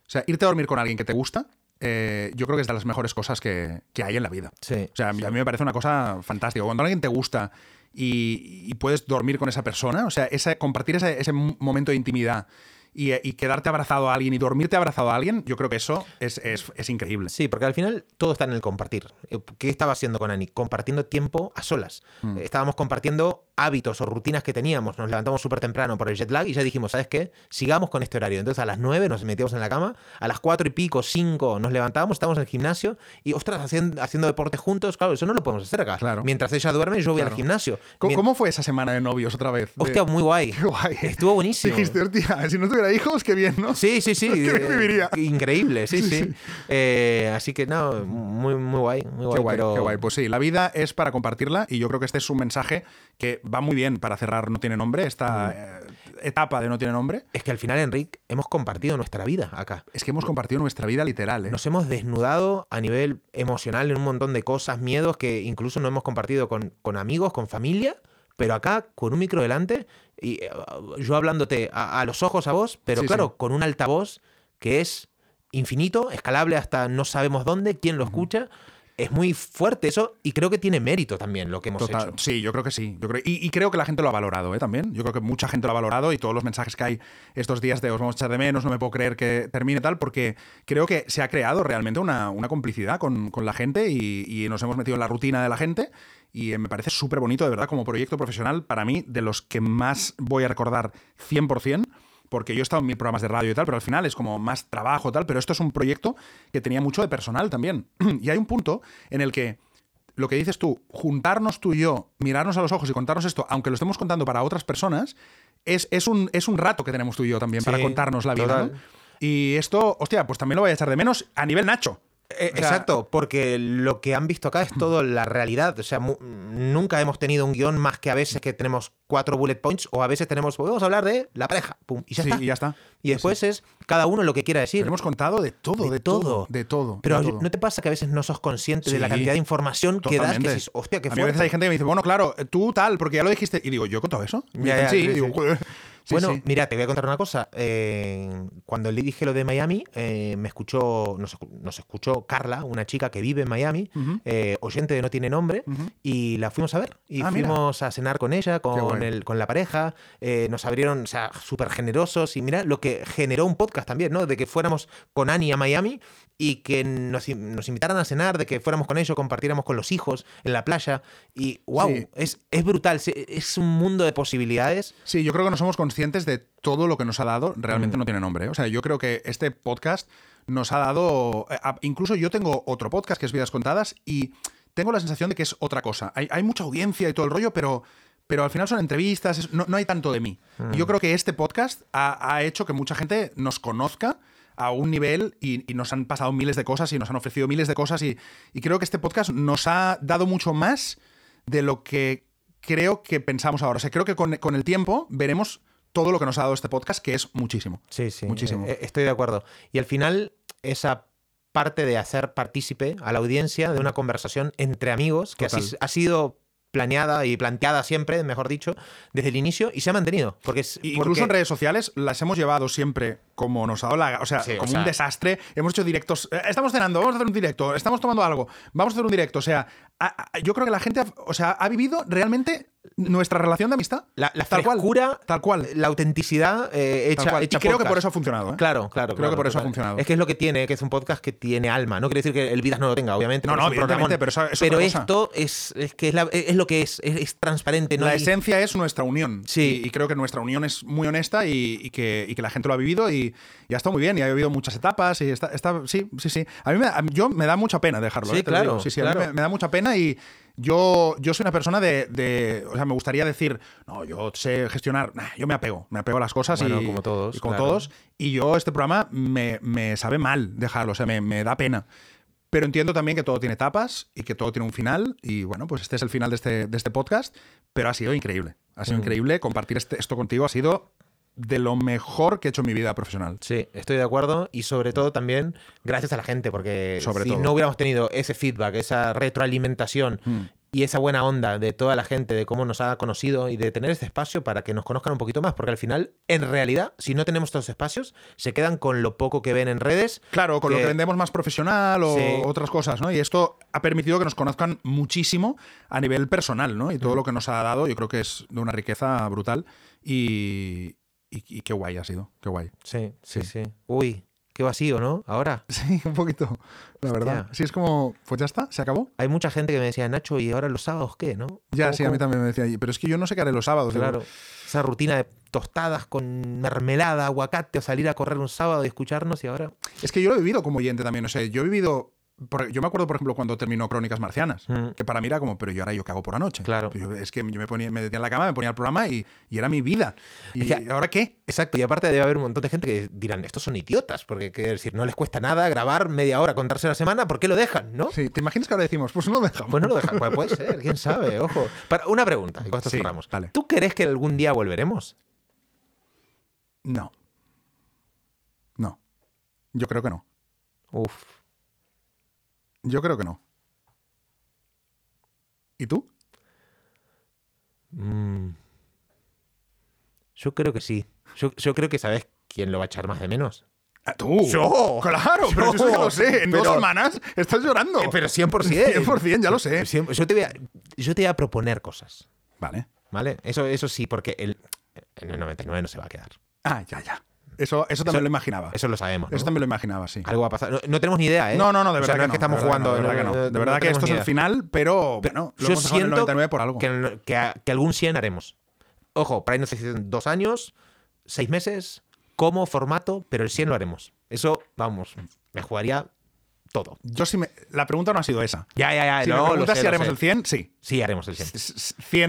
[SPEAKER 1] o sea, irte a dormir con alguien que te gusta, eh, yo creo que es de las mejores cosas que, que hay en la vida.
[SPEAKER 2] Sí.
[SPEAKER 1] O sea, a mí a mí me parece una cosa fantástica. Cuando alguien te gusta y, y puedes dormir con esa persona, o sea, esa- compartir ese, ese m- momento de intimidad y, eh, y quedarte abrazado a alguien y dormirte abrazado a alguien, yo creo que eso es, es- es increíble.
[SPEAKER 2] Sí, porque al final todo está en el compartir. Eh, ¿Qué estaba haciendo con Ani? Compartiendo tiempo a solas.
[SPEAKER 1] Mm.
[SPEAKER 2] Eh, Estábamos compartiendo hábitos o rutinas que teníamos. Nos levantamos súper temprano por el jet lag y ya dijimos, ¿sabes qué? Sigamos con este horario. Entonces a las 9 nos metíamos en la cama, a las 4 y pico, 5 nos levantábamos, estábamos en el gimnasio y, ostras, haciendo, haciendo deporte juntos. Claro, eso no lo podemos hacer acá.
[SPEAKER 1] Claro.
[SPEAKER 2] Mientras ella duerme, yo voy al
[SPEAKER 1] Claro.
[SPEAKER 2] gimnasio.
[SPEAKER 1] ¿Cómo,
[SPEAKER 2] Mien-
[SPEAKER 1] cómo fue esa semana de novios otra vez? De-
[SPEAKER 2] Hostia, muy guay.
[SPEAKER 1] Qué guay.
[SPEAKER 2] Estuvo buenísimo.
[SPEAKER 1] Dijiste, hostia, si no tuviera hijos, qué bien, ¿no?
[SPEAKER 2] Sí, sí, sí.
[SPEAKER 1] ¿Qué
[SPEAKER 2] eh,
[SPEAKER 1] viviría?
[SPEAKER 2] Increíble, sí, sí. Eh, así que no, muy, muy guay. Muy guay,
[SPEAKER 1] Qué guay,
[SPEAKER 2] pero-
[SPEAKER 1] qué guay. Pues sí, la vida es para compartirla y yo creo que este es un mensaje que va muy bien para cerrar No Tiene Nombre, esta eh, etapa de No Tiene Nombre.
[SPEAKER 2] Es que al final, Enric, hemos compartido nuestra vida acá.
[SPEAKER 1] Es que hemos compartido nuestra vida literal, ¿eh?
[SPEAKER 2] Nos hemos desnudado a nivel emocional en un montón de cosas, miedos que incluso no hemos compartido con, con amigos, con familia, pero acá con un micro delante y eh, yo hablándote a, a los ojos a vos, pero
[SPEAKER 1] Sí,
[SPEAKER 2] claro,
[SPEAKER 1] sí.
[SPEAKER 2] con un altavoz que es infinito, escalable hasta no sabemos dónde, quién lo escucha. Es muy fuerte eso y creo que tiene mérito también lo que hemos
[SPEAKER 1] Total-
[SPEAKER 2] hecho.
[SPEAKER 1] Sí, yo creo que sí. Yo creo, y, y creo que la gente lo ha valorado ¿eh? también. Yo creo que mucha gente lo ha valorado y todos los mensajes que hay estos días de os vamos a echar de menos, no me puedo creer que termine tal, porque creo que se ha creado realmente una, una complicidad con, con la gente y, y nos hemos metido en la rutina de la gente. Y eh, me parece súper bonito, de verdad, como proyecto profesional, para mí, de los que más voy a recordar 100%. Porque yo he estado en mil programas de radio y tal, pero al final es como más trabajo, tal. Pero esto es un proyecto que tenía mucho de personal también. Y hay un punto en el que lo que dices tú, juntarnos tú y yo, mirarnos a los ojos y contarnos esto, aunque lo estemos contando para otras personas, es, es, un, es un rato que tenemos tú y yo también para
[SPEAKER 2] Sí,
[SPEAKER 1] contarnos la vida.
[SPEAKER 2] total.
[SPEAKER 1] ¿no? Y esto, hostia, pues también lo voy a echar de menos a nivel Nacho.
[SPEAKER 2] Eh,
[SPEAKER 1] O sea,
[SPEAKER 2] Exacto, porque lo que han visto acá es todo la realidad. O sea, mu- nunca hemos tenido un guión más que a veces que tenemos cuatro bullet points o a veces tenemos, podemos hablar de la pareja, pum, y ya
[SPEAKER 1] sí,
[SPEAKER 2] está.
[SPEAKER 1] y
[SPEAKER 2] Y,
[SPEAKER 1] ya está.
[SPEAKER 2] después es cada uno lo que quiera decir.
[SPEAKER 1] Pero hemos contado de todo, de,
[SPEAKER 2] de
[SPEAKER 1] todo,
[SPEAKER 2] todo.
[SPEAKER 1] De todo.
[SPEAKER 2] Pero
[SPEAKER 1] de todo.
[SPEAKER 2] ¿no te pasa que a veces no sos consciente de la
[SPEAKER 1] Sí,
[SPEAKER 2] cantidad de información que das? Que
[SPEAKER 1] Totalmente.
[SPEAKER 2] dices, hostia, qué
[SPEAKER 1] a mí a veces
[SPEAKER 2] fuerte".
[SPEAKER 1] hay gente que me dice, bueno, claro, tú tal, porque ya lo dijiste. Y digo, ¿yo he contado eso? Y
[SPEAKER 2] Ya,
[SPEAKER 1] dicen,
[SPEAKER 2] ya,
[SPEAKER 1] sí,
[SPEAKER 2] sí,
[SPEAKER 1] Y digo,
[SPEAKER 2] sí.
[SPEAKER 1] "Joder". Sí,
[SPEAKER 2] bueno,
[SPEAKER 1] sí.
[SPEAKER 2] mira, te voy a contar una cosa. Eh, cuando le dije lo de Miami, eh, me escuchó, nos, escu- nos escuchó Carla, una chica que vive en Miami,
[SPEAKER 1] Ujú.
[SPEAKER 2] eh, oyente de No Tiene Nombre,
[SPEAKER 1] Ujú.
[SPEAKER 2] y la fuimos a ver. Y
[SPEAKER 1] Ah, mira.
[SPEAKER 2] fuimos a cenar con ella, con,
[SPEAKER 1] guay.
[SPEAKER 2] el, con la pareja. eh, nos abrieron, o sea, súper generosos. Y mira lo que generó un podcast también, ¿no? De que fuéramos con Ani a Miami y que nos, nos invitaran a cenar, de que fuéramos con ellos, compartiéramos con los hijos en la playa. Y wow,
[SPEAKER 1] Sí.
[SPEAKER 2] es, es brutal. se- Es un mundo de posibilidades.
[SPEAKER 1] Sí, yo creo que no somos conscientes de todo lo que nos ha dado, realmente
[SPEAKER 2] Mm.
[SPEAKER 1] no tiene nombre. ¿eh? O sea, yo creo que este podcast nos ha dado. eh, a- Incluso yo tengo otro podcast que es Vidas Contadas y tengo la sensación de que es otra cosa. Hay, hay mucha audiencia y todo el rollo, pero, pero al final son entrevistas, es- no, no hay tanto de mí. Y yo creo que este podcast ha, ha hecho que mucha gente nos conozca a un nivel y, y nos han pasado miles de cosas y nos han ofrecido miles de cosas y, y creo que este podcast nos ha dado mucho más de lo que creo que pensamos ahora. O sea, creo que con, con el tiempo veremos todo lo que nos ha dado este podcast, que es muchísimo.
[SPEAKER 2] Sí, sí.
[SPEAKER 1] Muchísimo.
[SPEAKER 2] eh, eh, estoy de acuerdo. Y al final, esa parte de hacer partícipe a la audiencia de una conversación entre amigos, que así
[SPEAKER 1] Total.
[SPEAKER 2] s- ha sido planeada y planteada siempre, mejor dicho, desde el inicio y se ha mantenido. Porque es,
[SPEAKER 1] Y
[SPEAKER 2] porque-
[SPEAKER 1] Incluso en redes sociales las hemos llevado siempre como nos ha dado la... O sea,
[SPEAKER 2] Sí, o
[SPEAKER 1] como
[SPEAKER 2] sea-
[SPEAKER 1] un desastre. Hemos hecho directos. eh, Estamos cenando, vamos a hacer un directo. Estamos tomando algo, vamos a hacer un directo. O sea, a- a- yo creo que la gente ha, o sea, ha vivido realmente nuestra relación de amistad.
[SPEAKER 2] la, la
[SPEAKER 1] tal cual,
[SPEAKER 2] frescura,
[SPEAKER 1] tal cual.
[SPEAKER 2] la autenticidad eh,
[SPEAKER 1] Tal
[SPEAKER 2] hecha,
[SPEAKER 1] cual.
[SPEAKER 2] hecha
[SPEAKER 1] y creo que
[SPEAKER 2] podcast.
[SPEAKER 1] por eso ha funcionado. ¿eh?
[SPEAKER 2] Claro, claro.
[SPEAKER 1] Creo que
[SPEAKER 2] claro,
[SPEAKER 1] por eso ha
[SPEAKER 2] total.
[SPEAKER 1] funcionado.
[SPEAKER 2] Es que es lo que tiene, que es un podcast que tiene alma. No quiere decir que el Vidas no lo tenga, obviamente.
[SPEAKER 1] No,
[SPEAKER 2] porque
[SPEAKER 1] no,
[SPEAKER 2] es un
[SPEAKER 1] evidentemente,
[SPEAKER 2] programón.
[SPEAKER 1] pero eso es
[SPEAKER 2] Pero
[SPEAKER 1] otra cosa.
[SPEAKER 2] esto es, es que es, la- es lo que es, es, es transparente. No
[SPEAKER 1] la
[SPEAKER 2] hay-
[SPEAKER 1] esencia es nuestra unión.
[SPEAKER 2] Sí.
[SPEAKER 1] Y, y creo que nuestra unión es muy honesta y, y que, y que la gente lo ha vivido y, y ha estado muy bien y ha vivido muchas etapas y está, está- sí, sí, sí. A mí me, da- a mí- yo me da mucha pena dejarlo.
[SPEAKER 2] Sí,
[SPEAKER 1] ¿eh? Te lo digo.
[SPEAKER 2] claro,
[SPEAKER 1] Sí, sí, a mí
[SPEAKER 2] claro.
[SPEAKER 1] me, me da mucha pena y yo, yo soy una persona de, de- o sea, me gustaría decir, no, yo sé gestionar, nah, yo me apego, me apego a las cosas
[SPEAKER 2] Bueno,
[SPEAKER 1] y
[SPEAKER 2] como todos,
[SPEAKER 1] y como
[SPEAKER 2] claro.
[SPEAKER 1] todos. Y yo este programa me, me sabe mal dejarlo, o sea, me, me da pena. Pero entiendo también que todo tiene etapas y que todo tiene un final. Y bueno, pues este es el Mm. final de este, de este podcast, pero ha sido increíble. Ha sido increíble compartir este- esto contigo, ha sido de lo mejor que he hecho en mi vida profesional.
[SPEAKER 2] Sí, estoy de acuerdo y sobre todo también gracias a la gente, porque
[SPEAKER 1] Sobre
[SPEAKER 2] si
[SPEAKER 1] todo.
[SPEAKER 2] no hubiéramos tenido ese feedback, esa retroalimentación
[SPEAKER 1] Mm.
[SPEAKER 2] y esa buena onda de toda la gente, de cómo nos ha conocido y de tener este espacio para que nos conozcan un poquito más, porque al final, en realidad, si no tenemos estos espacios, se quedan con lo poco que ven en redes.
[SPEAKER 1] Claro, con lo
[SPEAKER 2] que-
[SPEAKER 1] que vendemos más profesional o
[SPEAKER 2] Sí.
[SPEAKER 1] otras cosas, ¿no? Y esto ha permitido que nos conozcan muchísimo a nivel personal, ¿no? Y todo lo que nos ha dado, yo creo que es de una riqueza brutal y, y- y qué guay ha sido, qué guay.
[SPEAKER 2] Sí, sí, sí.
[SPEAKER 1] Sí.
[SPEAKER 2] Uy, qué vacío, ¿no? Ahora.
[SPEAKER 1] Sí, un poquito, la verdad.
[SPEAKER 2] Hostia.
[SPEAKER 1] Sí, es como, pues ya está, se acabó.
[SPEAKER 2] Hay mucha gente que me decía, Nacho, ¿y ahora los sábados qué, no?
[SPEAKER 1] Ya,
[SPEAKER 2] ¿Cómo-
[SPEAKER 1] sí, a mí
[SPEAKER 2] cómo-"
[SPEAKER 1] también me decía, pero es que yo no sé qué haré los sábados. Digo,
[SPEAKER 2] Claro. Esa rutina de tostadas con mermelada, aguacate, o salir a correr un sábado y escucharnos y ahora...
[SPEAKER 1] Es que yo lo he vivido como oyente también, o sea, yo he vivido... por- Yo me acuerdo, por ejemplo, cuando terminó Crónicas Marcianas,
[SPEAKER 2] Mm.
[SPEAKER 1] que para mí era como, pero yo ahora yo cago por la noche.
[SPEAKER 2] Claro.
[SPEAKER 1] Yo- es que yo me ponía, me metía en la cama, me ponía el programa y, y era mi vida. ¿Y
[SPEAKER 2] Es que-
[SPEAKER 1] ahora qué?
[SPEAKER 2] Exacto, y aparte debe haber un montón de gente que dirán, estos son idiotas, porque quiere decir, no les cuesta nada grabar media hora, contarse una semana, ¿por qué lo dejan, no?
[SPEAKER 1] Sí, ¿te imaginas que ahora decimos, pues no lo dejamos?
[SPEAKER 2] Pues no lo dejan, pues puede ser, quién sabe, ojo. Para, una pregunta, y con esto
[SPEAKER 1] Sí,
[SPEAKER 2] cerramos.
[SPEAKER 1] dale.
[SPEAKER 2] ¿Tú crees que algún día volveremos?
[SPEAKER 1] No. No. Yo creo que no.
[SPEAKER 2] Uf.
[SPEAKER 1] Yo creo que no. ¿Y tú?
[SPEAKER 2] mm. Yo creo que sí. Yo, yo creo que sabes quién lo va a echar más de menos.
[SPEAKER 1] ¿A Ah, tú?
[SPEAKER 2] Yo.
[SPEAKER 1] Claro, pero
[SPEAKER 2] Yo.
[SPEAKER 1] eso ya lo sé. En
[SPEAKER 2] Pero-
[SPEAKER 1] dos semanas estás llorando.
[SPEAKER 2] Eh, pero 100%.
[SPEAKER 1] 100%, ya lo sé.
[SPEAKER 2] Siempre- Yo te voy a- yo te voy a proponer cosas,
[SPEAKER 1] Vale.
[SPEAKER 2] ¿vale? Eso, eso sí, porque el, en el 99 no se va a quedar.
[SPEAKER 1] Ah, ya, ya. Eso, eso también lo imaginaba. Eso,
[SPEAKER 2] Eso lo sabemos. ¿no?
[SPEAKER 1] también lo imaginaba, sí.
[SPEAKER 2] Algo va a pasar. No, no tenemos ni idea, ¿eh?
[SPEAKER 1] No, no, no, de
[SPEAKER 2] O sea,
[SPEAKER 1] verdad
[SPEAKER 2] no es
[SPEAKER 1] que, no,
[SPEAKER 2] que estamos
[SPEAKER 1] de verdad
[SPEAKER 2] jugando.
[SPEAKER 1] que no, de verdad que no. De verdad que esto es el final, pero bueno, lo
[SPEAKER 2] Yo
[SPEAKER 1] hemos dejado en el
[SPEAKER 2] siento
[SPEAKER 1] 99 por algo.
[SPEAKER 2] Que, en- que a- que algún 100 haremos. Ojo, para ahí no sé si son dos años, seis meses, como formato, pero el 100 lo haremos. Eso, vamos, me jugaría todo.
[SPEAKER 1] Yo sí me... La pregunta no ha sido esa.
[SPEAKER 2] Ya, ya, ya.
[SPEAKER 1] Si
[SPEAKER 2] no,
[SPEAKER 1] me
[SPEAKER 2] lo
[SPEAKER 1] preguntas
[SPEAKER 2] sé,
[SPEAKER 1] si
[SPEAKER 2] lo
[SPEAKER 1] haremos
[SPEAKER 2] sé.
[SPEAKER 1] el 100, sí.
[SPEAKER 2] Sí, haremos el 100.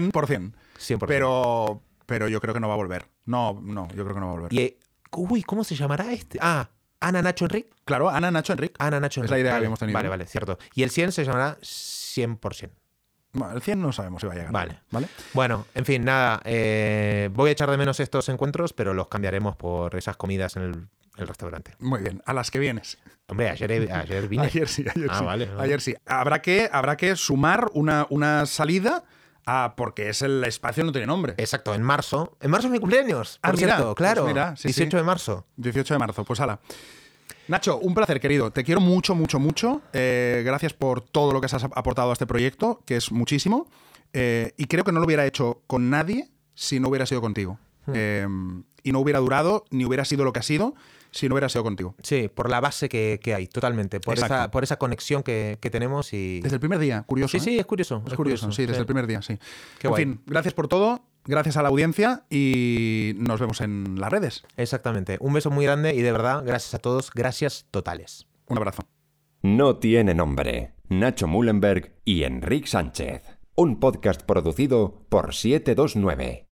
[SPEAKER 1] 100%.
[SPEAKER 2] 100%.
[SPEAKER 1] Pero, pero yo creo que no va a volver. No, no, yo creo que no va a volver.
[SPEAKER 2] Y, eh, uy, ¿cómo se llamará este? Ah, Ana Nacho Enrique.
[SPEAKER 1] Claro, Ana, Nacho, Enrique.
[SPEAKER 2] Ana Nacho
[SPEAKER 1] Es
[SPEAKER 2] Enrique.
[SPEAKER 1] la idea que
[SPEAKER 2] Vale,
[SPEAKER 1] habíamos tenido,
[SPEAKER 2] Vale,
[SPEAKER 1] ¿no?
[SPEAKER 2] vale, cierto. Y el 100 se llamará 100%.
[SPEAKER 1] Bueno, el 100 no sabemos si va a llegar.
[SPEAKER 2] Vale.
[SPEAKER 1] ¿Vale?
[SPEAKER 2] Bueno, en fin, nada. eh, voy a echar de menos estos encuentros, pero los cambiaremos por esas comidas en el, el restaurante.
[SPEAKER 1] Muy bien. A las que vienes.
[SPEAKER 2] Hombre, ayer, he- ayer vine.
[SPEAKER 1] Ayer sí, ayer
[SPEAKER 2] Ah,
[SPEAKER 1] sí.
[SPEAKER 2] vale, vale.
[SPEAKER 1] Ayer sí. Habrá que, habrá que sumar una, una salida a, porque es el espacio no tiene nombre.
[SPEAKER 2] Exacto, en marzo. En marzo es mi cumpleaños.
[SPEAKER 1] Ah,
[SPEAKER 2] por
[SPEAKER 1] mira,
[SPEAKER 2] cierto,
[SPEAKER 1] pues
[SPEAKER 2] claro.
[SPEAKER 1] mira, sí,
[SPEAKER 2] 18
[SPEAKER 1] sí.
[SPEAKER 2] de marzo.
[SPEAKER 1] 18 de marzo, pues ala. Nacho, un placer, querido. Te quiero mucho, mucho, mucho. Eh, gracias por todo lo que has ap- aportado a este proyecto, que es muchísimo. Eh, y creo que no lo hubiera hecho con nadie si no hubiera sido contigo.
[SPEAKER 2] Hmm.
[SPEAKER 1] Eh, y no hubiera durado, ni hubiera sido lo que ha sido, si no hubiera sido contigo.
[SPEAKER 2] Sí, por la base que, que hay, totalmente. Por,
[SPEAKER 1] Exacto.
[SPEAKER 2] esa, por esa conexión que, que tenemos y.
[SPEAKER 1] Desde el primer día, curioso.
[SPEAKER 2] Sí,
[SPEAKER 1] ¿eh?
[SPEAKER 2] sí, es curioso.
[SPEAKER 1] Es curioso, sí, desde el primer día, sí.
[SPEAKER 2] Qué
[SPEAKER 1] en
[SPEAKER 2] guay.
[SPEAKER 1] fin, gracias por todo, gracias a la audiencia y nos vemos en las redes.
[SPEAKER 2] Exactamente. Un beso muy grande y de verdad, gracias a todos. Gracias totales.
[SPEAKER 1] Un abrazo.
[SPEAKER 4] No tiene nombre. Nacho Mullenberg y Enrique Sánchez. Un podcast producido por 729.